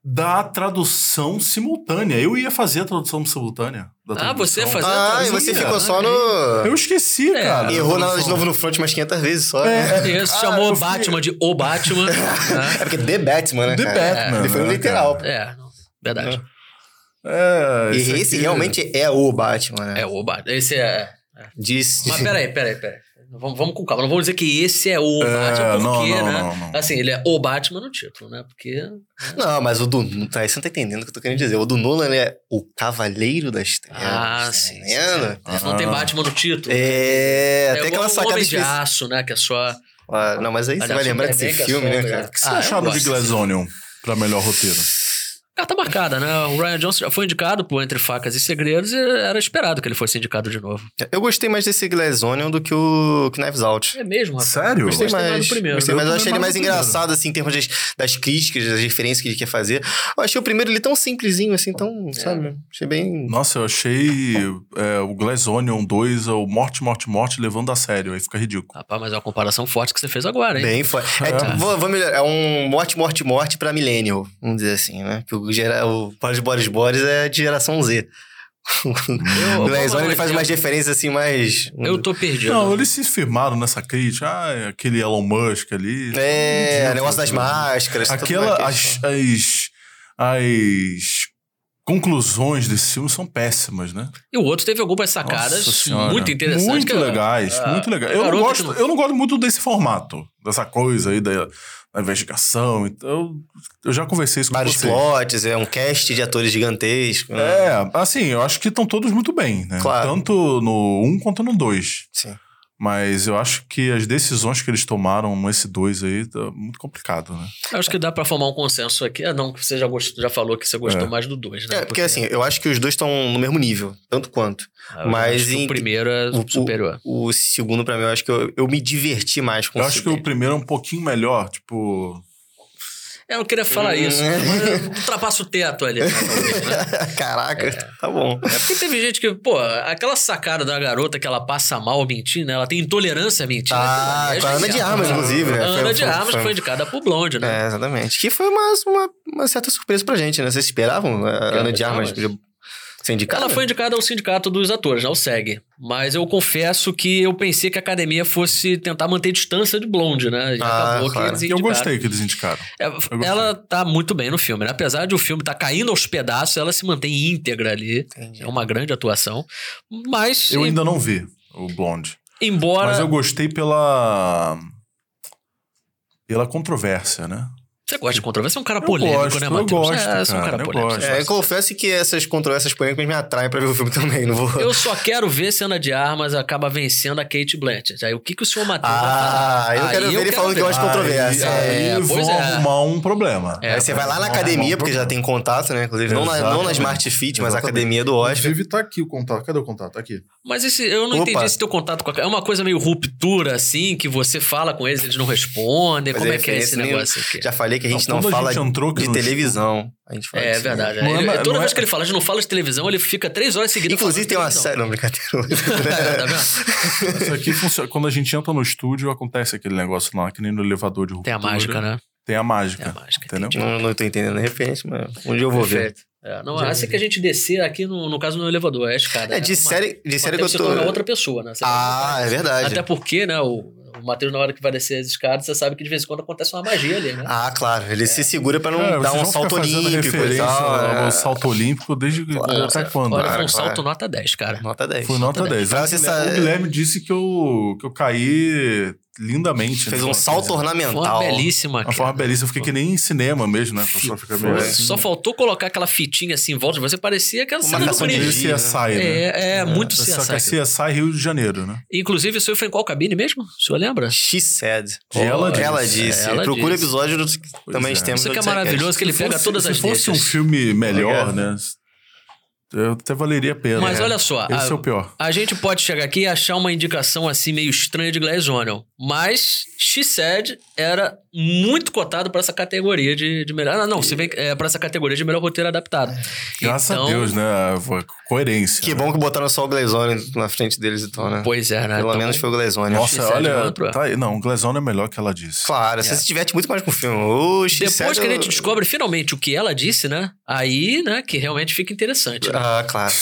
Speaker 2: Da tradução simultânea. Eu ia fazer a tradução simultânea. da
Speaker 3: Ah, você
Speaker 2: tradução.
Speaker 3: fazia-
Speaker 4: Ah,
Speaker 3: Sim,
Speaker 4: e você
Speaker 3: cara.
Speaker 4: ficou só no.
Speaker 2: Eu esqueci,
Speaker 3: É.
Speaker 2: cara.
Speaker 4: Errou
Speaker 2: na
Speaker 4: na, de novo no front mais 500 vezes só. né? É.
Speaker 3: Isso
Speaker 2: Ah,
Speaker 3: chamou
Speaker 2: eu fui-
Speaker 3: Batman de O
Speaker 4: *laughs*
Speaker 3: Batman. né?
Speaker 4: porque The Batman, né?
Speaker 2: The
Speaker 4: cara?
Speaker 2: Batman,
Speaker 4: Ele foi no
Speaker 2: né,
Speaker 4: literal.
Speaker 3: É, não, verdade.
Speaker 2: É,
Speaker 4: E esse
Speaker 2: aqui-
Speaker 4: realmente é o Batman, né?
Speaker 3: É o Batman. Esse é.
Speaker 4: Diz.
Speaker 3: Mas peraí, peraí, peraí. Vamos, vamos com calma. Não vamos dizer que esse é o Batman,
Speaker 2: não,
Speaker 3: porque,
Speaker 2: não,
Speaker 3: né?
Speaker 2: não, não.
Speaker 3: Assim, ele é o Batman no título, né? Porque.
Speaker 4: É, Não, mas o do. Tá, aí você não tá entendendo o que eu tô querendo dizer. O do Nolan ele é o Cavaleiro das Trevas.
Speaker 3: Ah,
Speaker 4: tá
Speaker 3: sim. sim,
Speaker 4: entendendo?
Speaker 3: sim. Não tem
Speaker 2: Ah.
Speaker 3: Batman no título.
Speaker 4: É,
Speaker 3: É
Speaker 4: até
Speaker 3: igual
Speaker 4: aquela
Speaker 3: o
Speaker 4: sacada
Speaker 3: Homem
Speaker 4: de.
Speaker 3: de aço, né? Que é só.
Speaker 4: Ah, não, mas aí você
Speaker 3: Aliás,
Speaker 4: vai lembrar
Speaker 3: é
Speaker 4: desse
Speaker 3: bem
Speaker 4: filme, né,
Speaker 3: engraçado,
Speaker 4: cara?
Speaker 3: é.
Speaker 2: O que vocês
Speaker 3: Ah, eu
Speaker 2: acharam de
Speaker 3: gosto.
Speaker 2: Glass Onion pra melhor roteiro?
Speaker 3: Carta marcada, né? O Ryan Johnson já foi indicado por Entre Facas e Segredos e era esperado que ele fosse indicado de novo.
Speaker 4: Eu gostei mais desse Glass Onion do que o Knives Out.
Speaker 3: É mesmo, rapaz.
Speaker 2: Sério?
Speaker 3: Gostei mais do primeiro,
Speaker 4: gostei
Speaker 2: né?
Speaker 4: mais, eu
Speaker 2: Eu
Speaker 4: achei ele
Speaker 2: também mais do
Speaker 4: mais
Speaker 2: primeiro.
Speaker 4: engraçado, assim, em termos das, das críticas, das referências que ele quer fazer. Eu achei o primeiro ele tão simplesinho, assim,
Speaker 3: É.
Speaker 4: tão, sabe? Achei bem.
Speaker 2: Nossa, eu achei é, o Glass Onion 2, o Morte, Morte, Morte, levando a sério. Aí fica ridículo.
Speaker 3: Rapaz, mas é uma comparação forte que você fez agora, hein?
Speaker 4: Bem, foi. É,
Speaker 2: Ah.
Speaker 4: vou, vou melhorar. É um morte, morte, morte pra millennial, vamos dizer assim, né? Que o, gera, o Boris Boris Boris é de geração Z.
Speaker 3: Eu,
Speaker 4: O Glass
Speaker 3: vamos lá,
Speaker 4: Onion ele faz
Speaker 3: eu-
Speaker 4: umas referências assim, mais.
Speaker 3: Ah, Eu tô perdido.
Speaker 2: Não, eles se firmaram nessa crítica. Ah, é aquele Elon Musk ali.
Speaker 4: É,
Speaker 2: Ridículo,
Speaker 4: negócio das
Speaker 2: cara.
Speaker 4: máscaras. tudo mais
Speaker 2: Aquela.
Speaker 4: que
Speaker 2: As, as, as conclusões desse filme são péssimas, né?
Speaker 3: E o outro teve algumas sacadas
Speaker 2: Nossa senhora.
Speaker 3: muito interessantes.
Speaker 2: Muito
Speaker 3: que-
Speaker 2: legais,
Speaker 3: Ah,
Speaker 2: muito legais.
Speaker 3: a
Speaker 2: Eu não,
Speaker 3: garota que
Speaker 2: gosto, eu não gosto muito desse formato, dessa coisa aí da, da investigação. Então, eu já conversei isso com
Speaker 4: Vários
Speaker 2: vocês.
Speaker 4: plots, é um cast de atores gigantesco. né?
Speaker 2: É, assim, eu acho que estão todos muito bem, né?
Speaker 4: Claro.
Speaker 2: Tanto no 1 um quanto no 2.
Speaker 3: É,
Speaker 4: Sim. É,
Speaker 2: Mas eu acho que as decisões que eles tomaram nesse 2 aí tá muito complicado, né?
Speaker 3: Acho que dá pra formar um consenso aqui. Ah, não, você já, gost- já falou que você gostou
Speaker 2: É.
Speaker 3: mais do dois, né?
Speaker 4: É, porque assim, eu acho que os dois estão no mesmo nível, tanto quanto.
Speaker 3: Ah, eu
Speaker 4: mas
Speaker 3: acho que
Speaker 4: em-
Speaker 3: o primeiro é
Speaker 4: o- o-
Speaker 3: superior.
Speaker 4: O segundo, pra mim, eu acho que eu, eu me diverti mais com
Speaker 2: Eu
Speaker 4: o
Speaker 2: acho que *laughs*
Speaker 4: segundo.
Speaker 2: o primeiro é um pouquinho melhor, tipo.
Speaker 3: É, Eu não queria falar
Speaker 4: Hum.
Speaker 3: isso, mas eu ultrapassa o teto ali. né, talvez, né?
Speaker 4: Caraca, tá bom.
Speaker 3: É porque teve gente que, pô, aquela sacada da garota que ela passa mal mentindo, né? ela tem intolerância à mentira.
Speaker 4: Ah,
Speaker 3: aquilo ali é
Speaker 4: com a Ana
Speaker 3: genial,
Speaker 4: de Armas,
Speaker 3: né?
Speaker 4: inclusive, né?
Speaker 3: A Ana
Speaker 4: Foi-
Speaker 3: de
Speaker 4: foi-
Speaker 3: Armas
Speaker 4: foi-
Speaker 3: foi indicada pro Blonde, né?
Speaker 4: É, exatamente. Que foi uma, uma, uma certa surpresa pra gente, né? Vocês esperavam a Ana de Armas
Speaker 3: Armas.
Speaker 4: de- ser indicada?
Speaker 3: Ela foi indicada ao é um sindicato dos atores, né? O SEG. Mas eu confesso que eu pensei que a academia fosse tentar manter distância de Blonde, né? E
Speaker 4: Ah,
Speaker 3: acabou que
Speaker 4: claro.
Speaker 3: eles
Speaker 2: E eu
Speaker 3: indicaram.
Speaker 2: gostei que eles indicaram.
Speaker 3: É,
Speaker 2: gostei.
Speaker 3: Ela tá muito bem no filme, né? Apesar de o filme tá caindo aos pedaços, ela se mantém íntegra ali.
Speaker 4: Entendi.
Speaker 3: É uma grande atuação. Mas,
Speaker 2: Eu
Speaker 3: em-
Speaker 2: ainda não vi o Blonde.
Speaker 3: embora.
Speaker 2: Mas eu gostei pela. pela controvérsia, né?
Speaker 3: Você gosta de controvérsia? Você é um cara
Speaker 2: Eu
Speaker 3: polêmico,
Speaker 2: gosto,
Speaker 3: né,
Speaker 2: eu
Speaker 3: Matheus?
Speaker 2: gosto,
Speaker 3: é, eu sou um
Speaker 2: cara,
Speaker 3: cara
Speaker 2: eu
Speaker 3: polêmico.
Speaker 2: gosto.
Speaker 4: É, eu confesso que essas controvérsias polêmicas me atraem pra ver o filme também, não vou...
Speaker 3: Eu só quero ver se Ana de Armas acaba vencendo a Kate Blanchett. Aí o que, que o senhor Matheus vai falar?
Speaker 4: Ah, eu
Speaker 3: Aí
Speaker 4: quero
Speaker 3: eu
Speaker 4: ver ele
Speaker 3: quero
Speaker 4: falando que eu
Speaker 3: ver.
Speaker 4: acho
Speaker 2: Aí-
Speaker 4: controvérsia.
Speaker 2: Aí,
Speaker 3: É,
Speaker 2: vão
Speaker 3: pois é.
Speaker 2: arrumar um problema.
Speaker 3: É,
Speaker 4: Aí você vai lá na
Speaker 2: Vão arrumar
Speaker 4: academia,
Speaker 2: um
Speaker 4: porque já
Speaker 2: problema.
Speaker 4: tem contato, né? Inclusive, é não na, não na
Speaker 2: Exatamente.
Speaker 4: Smart Fit, mas a
Speaker 2: Exatamente.
Speaker 4: academia do Oscar.
Speaker 2: Inclusive, tá aqui o contato. Cadê o contato? Tá Aqui.
Speaker 3: Mas esse, eu não
Speaker 4: Opa.
Speaker 3: entendi esse teu contato com a... É uma coisa meio ruptura, assim, que você fala com eles, eles não respondem.
Speaker 4: Mas
Speaker 3: Como
Speaker 4: é
Speaker 3: é que é esse
Speaker 4: referência nenhuma.
Speaker 3: negócio aqui?
Speaker 4: Já falei que a gente
Speaker 2: Não,
Speaker 4: não,
Speaker 2: quando a
Speaker 4: fala
Speaker 2: gente entrou aqui
Speaker 4: de
Speaker 2: no
Speaker 4: televisão. A gente fala
Speaker 3: É
Speaker 4: disso, né?
Speaker 3: verdade.
Speaker 2: Não é
Speaker 3: Ele-
Speaker 2: ma-
Speaker 3: toda
Speaker 2: não
Speaker 3: vez
Speaker 2: é-
Speaker 3: que ele fala, a gente não fala de televisão, ele fica três horas seguidas.
Speaker 4: Inclusive,
Speaker 3: falando de
Speaker 4: tem uma
Speaker 3: televisão.
Speaker 4: série. Não, brincadeira. *laughs*
Speaker 3: *laughs* tá vendo?
Speaker 2: Isso aqui funciona. Quando a gente entra no estúdio, acontece aquele negócio lá, que nem no elevador de
Speaker 3: Tem a
Speaker 2: ruptura.
Speaker 3: mágica, né?
Speaker 2: Tem a mágica.
Speaker 3: Tem a mágica.
Speaker 2: Entendeu?
Speaker 3: entendi.
Speaker 4: não, não tô entendendo de repente, mas um dia eu vou ver.
Speaker 3: Perfeito. É, não, assim que a gente descer aqui, no, no caso, no elevador, é a escada.
Speaker 4: É, de
Speaker 3: né?
Speaker 4: série, de
Speaker 3: Mas
Speaker 4: série que
Speaker 3: até
Speaker 4: eu
Speaker 3: você
Speaker 4: tô.
Speaker 3: torna outra pessoa, né? Você
Speaker 4: Ah, é
Speaker 3: Até
Speaker 4: verdade.
Speaker 3: porque, né, o, o Matheus, na hora que vai descer as escadas, você sabe que de vez em quando acontece uma magia ali, né?
Speaker 4: Ah, claro. Ele se segura pra não
Speaker 2: Cara, É,
Speaker 4: dar
Speaker 2: vocês
Speaker 4: um
Speaker 2: vão ficar
Speaker 4: salto
Speaker 2: fazendo
Speaker 4: olímpico e
Speaker 2: referência
Speaker 4: tal.
Speaker 2: ao
Speaker 4: é.
Speaker 2: salto olímpico desde
Speaker 4: Claro,
Speaker 2: até quando?
Speaker 3: Olha,
Speaker 2: cara?
Speaker 3: foi um
Speaker 4: claro.
Speaker 3: salto nota 10, cara.
Speaker 4: é. Nota 10.
Speaker 2: Foi nota 10.
Speaker 4: Pra
Speaker 2: O
Speaker 4: você
Speaker 2: Guilherme-
Speaker 4: sa-
Speaker 2: O Guilherme disse que eu, que eu caí lindamente.
Speaker 4: Fez
Speaker 2: né,
Speaker 4: um
Speaker 2: com a
Speaker 4: salto
Speaker 2: coisa.
Speaker 3: Foi uma
Speaker 4: ornamental.
Speaker 3: belíssima.
Speaker 2: Uma forma belíssima. Eu fiquei que nem em cinema mesmo, né? A pessoa fica meio assim.
Speaker 3: Só faltou colocar aquela fitinha assim em volta de você, parecia aquela
Speaker 4: Uma
Speaker 3: cena do
Speaker 4: caçadinha.
Speaker 3: Corinthians.
Speaker 2: Esse é sai, né?
Speaker 3: É, é, muito
Speaker 2: Só que
Speaker 3: sensacional.
Speaker 2: é CSI Rio de Janeiro, né?
Speaker 3: Inclusive, o senhor foi em qual cabine mesmo? O senhor lembra?
Speaker 4: She said.
Speaker 2: Que ela disse.
Speaker 4: Ela disse.
Speaker 3: É, Ela
Speaker 4: Procura o
Speaker 3: disse.
Speaker 4: episódio do também
Speaker 2: é.
Speaker 4: temos
Speaker 3: Isso que
Speaker 4: no
Speaker 3: é
Speaker 4: Dissecast.
Speaker 3: maravilhoso, que ele pega
Speaker 2: fosse-
Speaker 3: todas as
Speaker 2: Se fosse um
Speaker 3: deixas.
Speaker 2: filme melhor,
Speaker 4: É.
Speaker 2: né? Eu até valeria a pena.
Speaker 3: Mas
Speaker 2: É.
Speaker 3: olha só,
Speaker 2: Esse
Speaker 3: a-
Speaker 2: é o pior.
Speaker 3: A gente pode chegar aqui e achar uma indicação assim meio estranha de Glass Onion, mas She Said era muito cotado para essa categoria de, de melhor. Ah, não, se bem que é para essa categoria de melhor roteiro adaptado.
Speaker 2: Graças
Speaker 3: então,
Speaker 2: a Deus, né? A coerência.
Speaker 4: Que
Speaker 2: né?
Speaker 4: bom que botaram só o Glazone na frente deles, então, né?
Speaker 3: Pois é, né?
Speaker 4: Pelo
Speaker 3: Então,
Speaker 4: menos foi o Glazone.
Speaker 2: Nossa,
Speaker 3: X7
Speaker 2: olha.
Speaker 3: outro, é.
Speaker 2: tá aí. não, o Glazone é melhor que ela disse.
Speaker 4: Claro, você se diverte muito mais com o filme. O X7
Speaker 3: Depois que a
Speaker 4: eu-
Speaker 3: gente descobre finalmente o que ela disse, né? Aí, né, que realmente fica interessante. Né?
Speaker 4: Ah,
Speaker 3: *laughs*
Speaker 4: claro.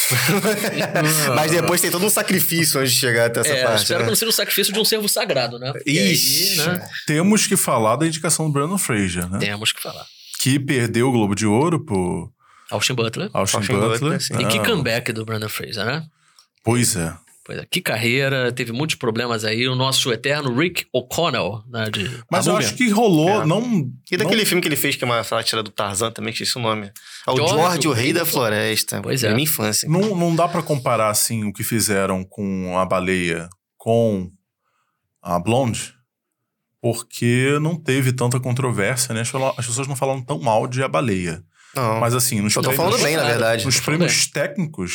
Speaker 4: Mas depois tem todo um sacrifício antes de chegar até essa
Speaker 3: É,
Speaker 4: parte.
Speaker 3: espero
Speaker 4: né?
Speaker 3: que não seja um sacrifício de um servo sagrado, né? Porque aí,
Speaker 4: Ixi.
Speaker 3: né,
Speaker 2: Temos que falar da indicação do Brandon Fraser, né?
Speaker 3: temos que falar.
Speaker 2: Que perdeu o Globo de Ouro pro
Speaker 3: Austin Butler.
Speaker 2: Austin,
Speaker 4: Austin
Speaker 2: Butler.
Speaker 4: Butler, sim.
Speaker 3: E que
Speaker 2: Ah,
Speaker 3: comeback do Brandon Fraser, né?
Speaker 2: Pois é.
Speaker 3: Pois é, que carreira, teve muitos problemas aí. O nosso eterno Rick O'Connell, né, de
Speaker 2: Mas
Speaker 3: a
Speaker 2: eu
Speaker 3: múmia.
Speaker 2: acho que rolou,
Speaker 4: É.
Speaker 2: não...
Speaker 4: E daquele
Speaker 2: não-
Speaker 4: filme que ele fez, que é uma sátira do Tarzan também, que esqueci o nome. É o
Speaker 3: George,
Speaker 4: George,
Speaker 3: o
Speaker 4: o Rei da Floresta.
Speaker 3: Pois
Speaker 4: da
Speaker 3: é.
Speaker 4: Minha infância.
Speaker 2: Não, não dá pra comparar, assim, o que fizeram com a baleia com a Blonde, porque não teve tanta controvérsia, né? As fala- As pessoas não falaram tão mal de a baleia.
Speaker 4: Não.
Speaker 2: Mas, assim, nos
Speaker 4: Só tô
Speaker 2: prêmios,
Speaker 4: falando bem, na
Speaker 3: Cara,
Speaker 4: verdade.
Speaker 2: nos
Speaker 3: Tô falando
Speaker 2: prêmios técnicos,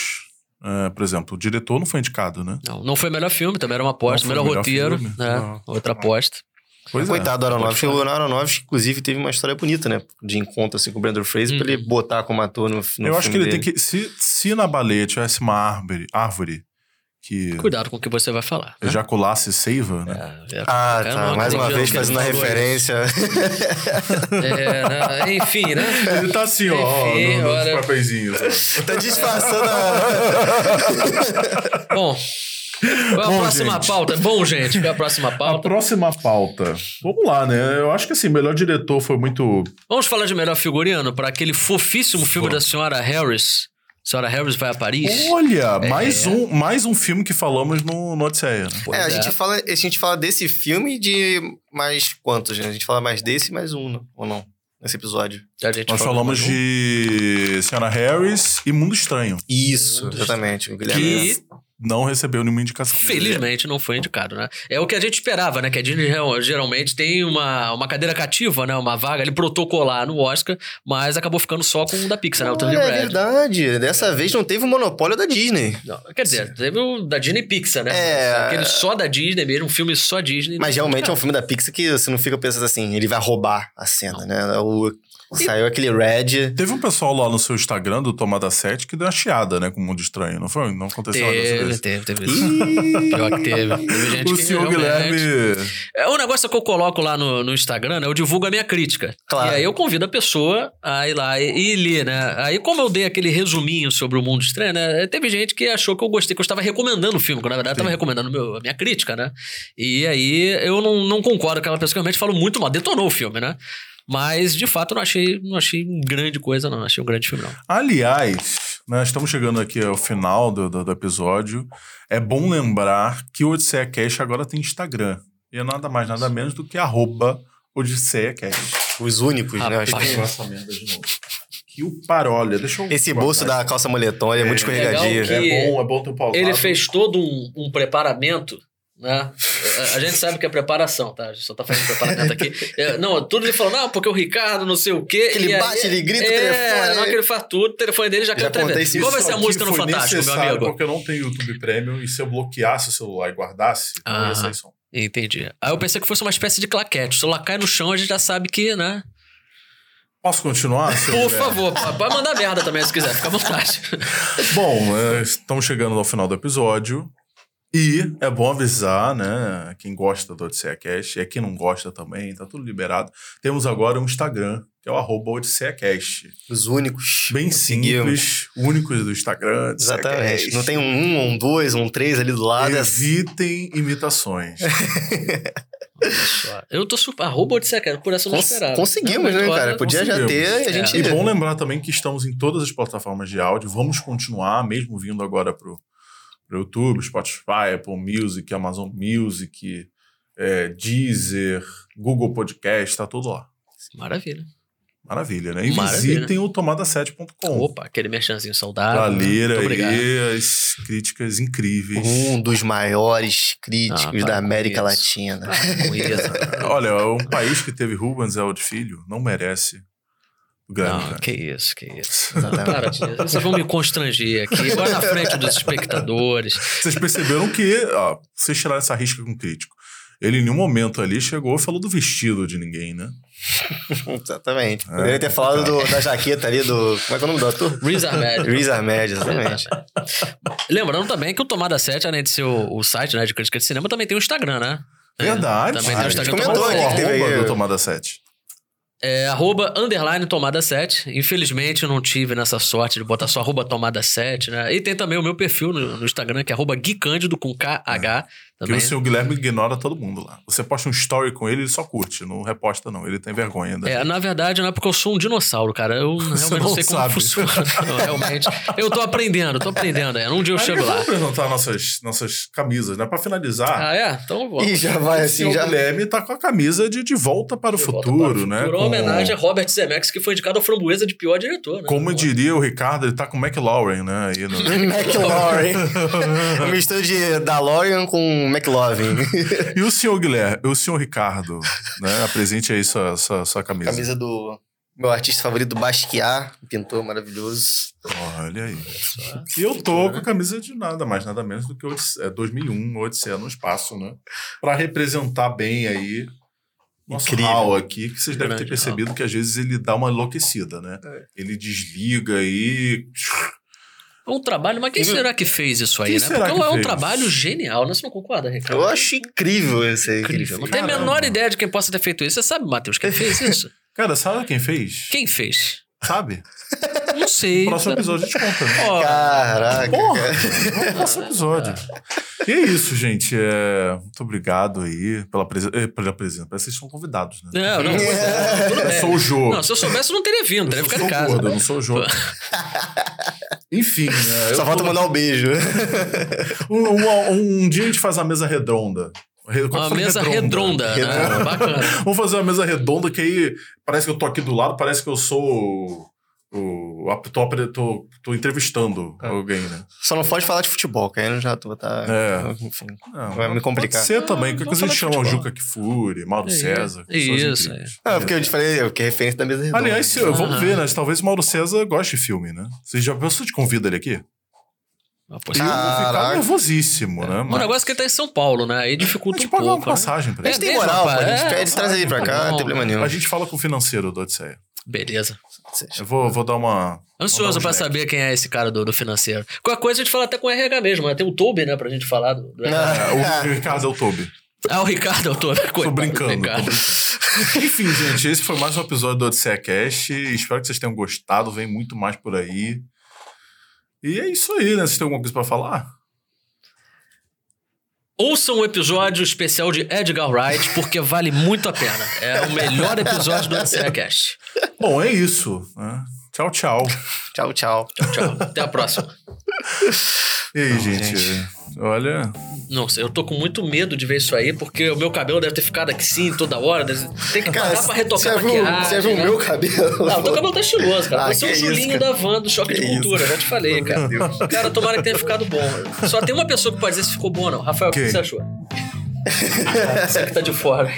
Speaker 2: eh, por exemplo, o diretor não foi indicado, né?
Speaker 3: Não, não foi o melhor filme, também era uma aposta.
Speaker 2: Não foi
Speaker 3: Melhor,
Speaker 2: o melhor
Speaker 3: roteiro,
Speaker 2: filme,
Speaker 3: né?
Speaker 2: não.
Speaker 3: Outra aposta.
Speaker 2: Pois é.
Speaker 4: Coitado do Aronofsky.
Speaker 2: Pode
Speaker 4: O
Speaker 2: falar.
Speaker 4: Aronofsky, inclusive, teve uma história bonita, né? De encontro assim, com o Brandon Fraser,
Speaker 3: Hum.
Speaker 4: pra ele botar como ator no, no filme
Speaker 2: Eu acho que ele
Speaker 4: dele.
Speaker 2: tem que... Se, se na baleia tivesse uma árvore, árvore que
Speaker 3: Cuidado com o que você vai
Speaker 4: *laughs*
Speaker 3: falar. né?
Speaker 2: ejaculasse seiva, né?
Speaker 3: É, é-
Speaker 4: Ah,
Speaker 3: É,
Speaker 4: tá.
Speaker 3: não,
Speaker 4: Mais
Speaker 3: tem
Speaker 4: uma
Speaker 3: que-
Speaker 4: vez
Speaker 3: tem que-
Speaker 4: fazendo a
Speaker 3: tem que-
Speaker 4: referência.
Speaker 2: *laughs*
Speaker 3: é, né? Enfim, né?
Speaker 2: Ele tá assim, ó,
Speaker 3: Enfim,
Speaker 2: no- no- nos
Speaker 3: olha.
Speaker 2: papeizinhos. né? ó.
Speaker 4: tá disfarçando a...
Speaker 3: Bom. Qual é a
Speaker 2: Bom,
Speaker 3: próxima
Speaker 2: gente.
Speaker 3: pauta? Bom, gente, qual é a próxima
Speaker 2: A
Speaker 3: pauta?
Speaker 2: próxima pauta. Vamos lá, né? Eu acho que assim, melhor diretor foi muito.
Speaker 3: Vamos falar de melhor figurino para aquele fofíssimo filme da
Speaker 2: Vamos.
Speaker 3: senhora Harris. Senhora Harris vai a Paris?
Speaker 2: Olha, mais,
Speaker 3: É.
Speaker 2: um, mais um filme que falamos no, no Odisseia, né?
Speaker 3: Pois
Speaker 4: É, a
Speaker 3: é.
Speaker 4: gente, fala, a gente fala desse filme e de mais quantos, né? A gente fala mais desse e mais um, né? ou não? Nesse episódio.
Speaker 3: A gente
Speaker 2: Nós
Speaker 3: falou
Speaker 2: falamos
Speaker 3: mais um.
Speaker 2: de Senhora Harris e Mundo Estranho.
Speaker 4: Isso, exatamente. O Guilherme.
Speaker 2: é
Speaker 3: Que
Speaker 2: Não recebeu nenhuma indicação.
Speaker 3: Felizmente não foi indicado, né? É o que a gente esperava, né? Que a Disney real- geralmente tem uma, uma cadeira cativa, né? Uma vaga ali protocolar no Oscar, mas acabou ficando só com o da Pixar, né? O Turning
Speaker 4: Olha, é
Speaker 3: Red.
Speaker 4: verdade. Dessa vez não teve o monopólio da Disney.
Speaker 3: Não, quer dizer, teve o da Disney Pixar, né?
Speaker 4: É.
Speaker 3: Aquele só da Disney mesmo, um filme só Disney.
Speaker 4: Mas realmente é um filme da Pixar que você não fica pensando assim, ele vai roubar a cena, né? O- saiu aquele Red.
Speaker 2: Teve um pessoal lá no seu Instagram do Tomada 7 que deu uma chiada, né, com o Mundo Estranho, não foi? Não aconteceu nada
Speaker 3: Teve,
Speaker 2: desse.
Speaker 3: teve, teve. Pior que teve. Teve gente
Speaker 2: O
Speaker 3: que
Speaker 2: senhor
Speaker 3: realmente-
Speaker 2: Guilherme.
Speaker 3: É um negócio que eu coloco lá no, no Instagram, né? Eu divulgo a minha crítica.
Speaker 4: Claro.
Speaker 3: E aí eu convido a pessoa a ir lá e, e ler, né? Aí, como eu dei aquele resuminho sobre o mundo estranho, né? Teve gente que achou que eu gostei, que eu estava recomendando o filme, que eu, na verdade eu estava recomendando meu- a minha crítica, né? E aí eu não, não concordo com aquela pessoa que realmente falou muito mal, detonou o filme, né? Mas, de fato, eu não achei, não achei grande coisa, não. Não achei um grande filme, não.
Speaker 2: Aliás, né, estamos chegando aqui ao final do, do, do episódio. É bom lembrar que o Odisseia Cash agora tem Instagram. E é nada mais, nada menos do que arroba Odisseia Cash.
Speaker 4: Os únicos, né? Acho
Speaker 3: Rapaz.
Speaker 4: que-
Speaker 2: essa merda de novo. Que o parolha. Deixa eu...
Speaker 4: Esse bolso da calça moletom, ele é, muito escorregadio.
Speaker 3: legal
Speaker 2: É bom, é bom ter um pausado.
Speaker 3: Ele fez todo um, um preparamento, né? A- A gente sabe que é preparação, tá? A gente só tá fazendo preparamento aqui. É, não, tudo ele falou, não, porque o Ricardo, não sei o quê.
Speaker 4: Que ele
Speaker 3: e aí-
Speaker 4: bate, ele grita o
Speaker 3: É,
Speaker 4: telefone.
Speaker 3: na hora que ele faz tudo, o telefone dele já
Speaker 4: Já
Speaker 3: canta.
Speaker 4: contei
Speaker 3: Qual vai
Speaker 2: Isso
Speaker 3: ser a
Speaker 2: aqui
Speaker 3: música no
Speaker 2: foi
Speaker 3: Fantástico, meu
Speaker 2: necessário,
Speaker 3: amigo?
Speaker 2: Porque eu não tenho YouTube Premium e se eu bloqueasse o celular e guardasse, não
Speaker 3: Ah.
Speaker 2: ia sair som.
Speaker 3: Entendi. Aí eu pensei que fosse uma espécie de claquete. Se ela cai no chão, a gente já sabe que, né?
Speaker 2: Posso continuar? seu
Speaker 4: é.
Speaker 3: Por
Speaker 2: Guilherme?
Speaker 3: favor, pode pode mandar merda também se quiser, fica
Speaker 4: *laughs*
Speaker 3: à vontade.
Speaker 2: Bom, é, estamos chegando ao final do episódio. E é bom avisar, né? Quem gosta do Odisseia Cash e é quem não gosta também, tá tudo liberado. Temos agora um Instagram, que é o arroba Odisseia Cash.
Speaker 4: Os únicos.
Speaker 2: Bem
Speaker 4: Conseguimos.
Speaker 2: simples, únicos do Instagram. Odisseia
Speaker 4: Exatamente.
Speaker 2: Cash.
Speaker 4: Não tem um um, um dois, um três ali do lado. é-
Speaker 2: Evitem imitações.
Speaker 3: Eu tô super. Arroba Odisseia, cara, por essa eu não
Speaker 4: Cons-
Speaker 3: esperava.
Speaker 4: conseguimos, né,
Speaker 3: Realmente,
Speaker 4: cara?
Speaker 3: olha,
Speaker 4: Podia já ter e a
Speaker 3: conseguimos.
Speaker 4: gente.
Speaker 2: e bom né? lembrar também que estamos em todas as plataformas de áudio. Vamos continuar, mesmo vindo agora pro, pro YouTube, Spotify, Apple Music, Amazon Music, é, Deezer, Google Podcast, tá tudo lá.
Speaker 3: Maravilha.
Speaker 2: Maravilha, né? E
Speaker 3: Maravilha.
Speaker 2: visitem o tomada7.com.
Speaker 3: Opa, aquele merchanzinho saudável. né?
Speaker 2: Pra
Speaker 3: Muito
Speaker 2: ler
Speaker 4: é
Speaker 3: obrigado.
Speaker 2: aí as críticas incríveis.
Speaker 4: Um dos maiores críticos
Speaker 3: Ah,
Speaker 4: da
Speaker 3: para
Speaker 4: América
Speaker 3: com isso.
Speaker 4: Latina.
Speaker 3: Ah, com isso.
Speaker 2: Olha, um país que teve Rubens é de filho, não merece o Grammy.
Speaker 3: Não,
Speaker 2: cara.
Speaker 3: que isso, que isso. Para
Speaker 4: Exatamente.
Speaker 3: disso. Vocês vão me constranger aqui, agora na frente dos espectadores.
Speaker 2: Vocês perceberam que, ó, vocês tiraram essa risca com o crítico. Ele, em nenhum momento ali, chegou e falou do vestido de ninguém, né?
Speaker 4: Exatamente. Poderia ter falado do- da jaqueta ali do. Como é que é o nome do *laughs* ator?
Speaker 3: Riz Ahmed.
Speaker 4: Riz Ahmed, exatamente.
Speaker 3: Lembrando também que o Tomada 7, além de ser o, o site né, de crítica de cinema, também tem o Instagram, né?
Speaker 2: Verdade.
Speaker 3: também tem o
Speaker 2: cara.
Speaker 3: Instagram Então,
Speaker 2: A gente
Speaker 4: comentou
Speaker 2: falou
Speaker 4: aqui que teve
Speaker 2: arroba
Speaker 4: aí.
Speaker 2: do Tomada 7.
Speaker 3: É arroba underline tomada 7. Infelizmente eu não tive nessa sorte de botar só arroba tomada 7, né? E tem também o meu perfil no, no Instagram, que é arroba guicândido com KH.
Speaker 2: Porque
Speaker 3: Também.
Speaker 2: o senhor Guilherme ignora todo mundo lá. Você posta um story com ele, ele só curte, não reposta não. Ele tem vergonha. né? da-
Speaker 3: É, na verdade, não é porque eu sou um dinossauro,
Speaker 2: *laughs*
Speaker 3: cara. Eu realmente não,
Speaker 2: não
Speaker 3: sei como
Speaker 2: sabe.
Speaker 3: funciona. *laughs* Não, realmente. Eu tô aprendendo, tô aprendendo. É. Um dia eu
Speaker 2: Mas
Speaker 3: chego lá.
Speaker 2: Vamos apresentar nossas, nossas camisas, né? Pra finalizar,
Speaker 3: Ah, é? Então vamos.
Speaker 4: Ih, já vai
Speaker 2: o senhor
Speaker 4: assim, já.
Speaker 2: Guilherme tá com a camisa de De Volta para o Futuro, né?
Speaker 3: Por
Speaker 2: Com-
Speaker 3: é homenagem a Robert Zemeckis, que foi indicado ao Framboesa de pior diretor. Né?
Speaker 2: Como diria o Ricardo, ele tá com o McLaurin, né? aí no-
Speaker 4: *laughs* McLaurin. Uma mistura de DeLorean com McLovin.
Speaker 2: E o senhor Guilherme, o senhor Ricardo, né? Apresente aí sua, sua, sua camisa.
Speaker 4: Camisa do meu artista favorito, Basquiat, um pintor maravilhoso.
Speaker 2: Olha aí.
Speaker 3: é.
Speaker 2: E eu tô com a camisa de nada mais, nada menos do que Odisse- é, 2001, Odisseia no Espaço, né? Pra representar bem aí nosso
Speaker 4: Incrível.
Speaker 2: Hal aqui, que vocês devem ter
Speaker 3: Grande
Speaker 2: percebido que às vezes ele dá uma enlouquecida, né? Ele desliga e...
Speaker 3: É um trabalho, mas quem será que fez isso aí,
Speaker 2: Quem
Speaker 3: né?
Speaker 2: será
Speaker 3: Porque
Speaker 2: que
Speaker 3: é um
Speaker 2: fez?
Speaker 3: trabalho genial, né? Você não concorda, Ricardo? É
Speaker 4: Eu acho incrível esse aí. que ele
Speaker 3: Incrível. Não
Speaker 4: fez.
Speaker 3: tem a
Speaker 2: Caramba.
Speaker 3: menor ideia de quem possa ter feito isso. Você sabe, Matheus, quem
Speaker 2: *laughs*
Speaker 3: fez isso?
Speaker 2: Cara, sabe quem fez?
Speaker 3: Quem fez?
Speaker 2: Sabe?
Speaker 3: Não sei.
Speaker 2: No próximo episódio a gente conta, né?
Speaker 3: Ó,
Speaker 4: Caraca.
Speaker 2: Porra!
Speaker 4: cara.
Speaker 2: Vamos pro próximo episódio. E é isso, gente. É, Muito obrigado aí pela presença. Pela presença. Parece que vocês são convidados, né?
Speaker 3: Não, não. mas- É, tudo
Speaker 2: Eu
Speaker 3: bem.
Speaker 2: sou o jogo.
Speaker 3: Não, se eu soubesse, eu não teria vindo. Teria ficado em casa.
Speaker 2: gordo, eu não sou o jogo. Enfim, né? eu
Speaker 4: Só falta
Speaker 2: tô-
Speaker 4: mandar um beijo.
Speaker 2: um, um- um dia a gente faz a mesa redonda. Re- quando eu
Speaker 3: Uma
Speaker 2: falei
Speaker 3: mesa redonda, né?
Speaker 2: Redonda.
Speaker 3: Bacana.
Speaker 2: Vamos fazer uma mesa redonda que aí parece que eu tô aqui do lado, parece que eu sou o. o a- tô, apre- tô- tô entrevistando
Speaker 4: É.
Speaker 2: alguém, né?
Speaker 4: Só não pode falar de futebol, que aí eu já tô. Tá...
Speaker 2: É.
Speaker 4: Enfim.
Speaker 2: Não,
Speaker 4: Vai me complicar.
Speaker 2: Pode ser também. O que,
Speaker 3: Ah,
Speaker 2: que a
Speaker 3: vamos falar
Speaker 2: gente
Speaker 3: de
Speaker 2: chama? O
Speaker 3: futebol.
Speaker 2: Juca Kifuri, Mauro
Speaker 3: É,
Speaker 2: César.
Speaker 3: é
Speaker 2: pessoas
Speaker 3: isso,
Speaker 2: incríveis.
Speaker 4: Ah, porque eu te falei, eu fiquei referência da mesa redonda.
Speaker 2: Aliás, se- vamos
Speaker 3: Ah.
Speaker 2: ver, né? Talvez o Mauro César goste de filme, né? Você já pensou te convida ele aqui?
Speaker 3: Uma poss-
Speaker 2: Eu vou ficar
Speaker 4: Caraca.
Speaker 2: nervosíssimo, né?
Speaker 3: O um negócio é que ele tá em São Paulo, né? Aí dificulta um
Speaker 4: tipo,
Speaker 2: gente pagar uma
Speaker 3: pouco. né?
Speaker 2: passagem pra
Speaker 4: a
Speaker 2: ele.
Speaker 4: gente tem
Speaker 3: mesmo,
Speaker 4: moral, pô.
Speaker 3: rapaz,
Speaker 4: A gente
Speaker 3: é,
Speaker 4: pede, traz ele pra cá,
Speaker 3: bom.
Speaker 4: não tem problema nenhum.
Speaker 2: A gente fala com o financeiro do Odisseia.
Speaker 3: Beleza.
Speaker 2: Eu vou, vou dar uma.
Speaker 4: um
Speaker 3: Ansioso pra
Speaker 2: jeito.
Speaker 3: saber quem é esse cara do, do financeiro. Qualquer coisa a gente fala até com o RH mesmo, né? Tem o Toby, né? Pra gente falar do.
Speaker 2: *laughs*
Speaker 3: do-
Speaker 2: É, o
Speaker 4: Ah,
Speaker 2: Ricardo é o Toby.
Speaker 3: Ah, o Ricardo é o Toby.
Speaker 2: Tô
Speaker 3: Coitado do
Speaker 2: brincando. tô
Speaker 3: Ricardo.
Speaker 2: brincando. Enfim, gente, esse foi mais um episódio do Odisseia Cast. Espero que vocês tenham gostado. Vem muito mais por aí. E é isso aí, né? Vocês têm alguma coisa pra falar?
Speaker 3: Ouçam o episódio especial de Edgar Wright, porque vale muito a pena. É o melhor episódio do Odisseia Cast.
Speaker 2: Bom, é isso. né? Tchau, tchau.
Speaker 4: tchau, tchau.
Speaker 3: Tchau. Até a próxima.
Speaker 2: E aí,
Speaker 4: Não,
Speaker 2: gente? Olha.
Speaker 3: Não sei, eu tô com muito medo de ver isso aí, porque o meu cabelo deve ter ficado aqui sim toda hora. deve- Tem que parar pra retocar a
Speaker 4: você viu,
Speaker 3: maquiagem.
Speaker 4: você viu o
Speaker 3: né?
Speaker 4: é um meu cabelo?
Speaker 3: Não, teu cabelo tá estiloso, cara.
Speaker 4: Ah,
Speaker 3: Você é o
Speaker 4: que isso,
Speaker 3: Julinho
Speaker 4: cara.
Speaker 3: da van do Choque
Speaker 4: Que
Speaker 3: de
Speaker 4: isso.
Speaker 3: Cultura, já te falei, cara. Cara, tomara que tenha ficado bom. Só tem uma pessoa que pode dizer se ficou bom ou não. Rafael, o que
Speaker 2: Quem?
Speaker 3: você achou? Você que tá de fora.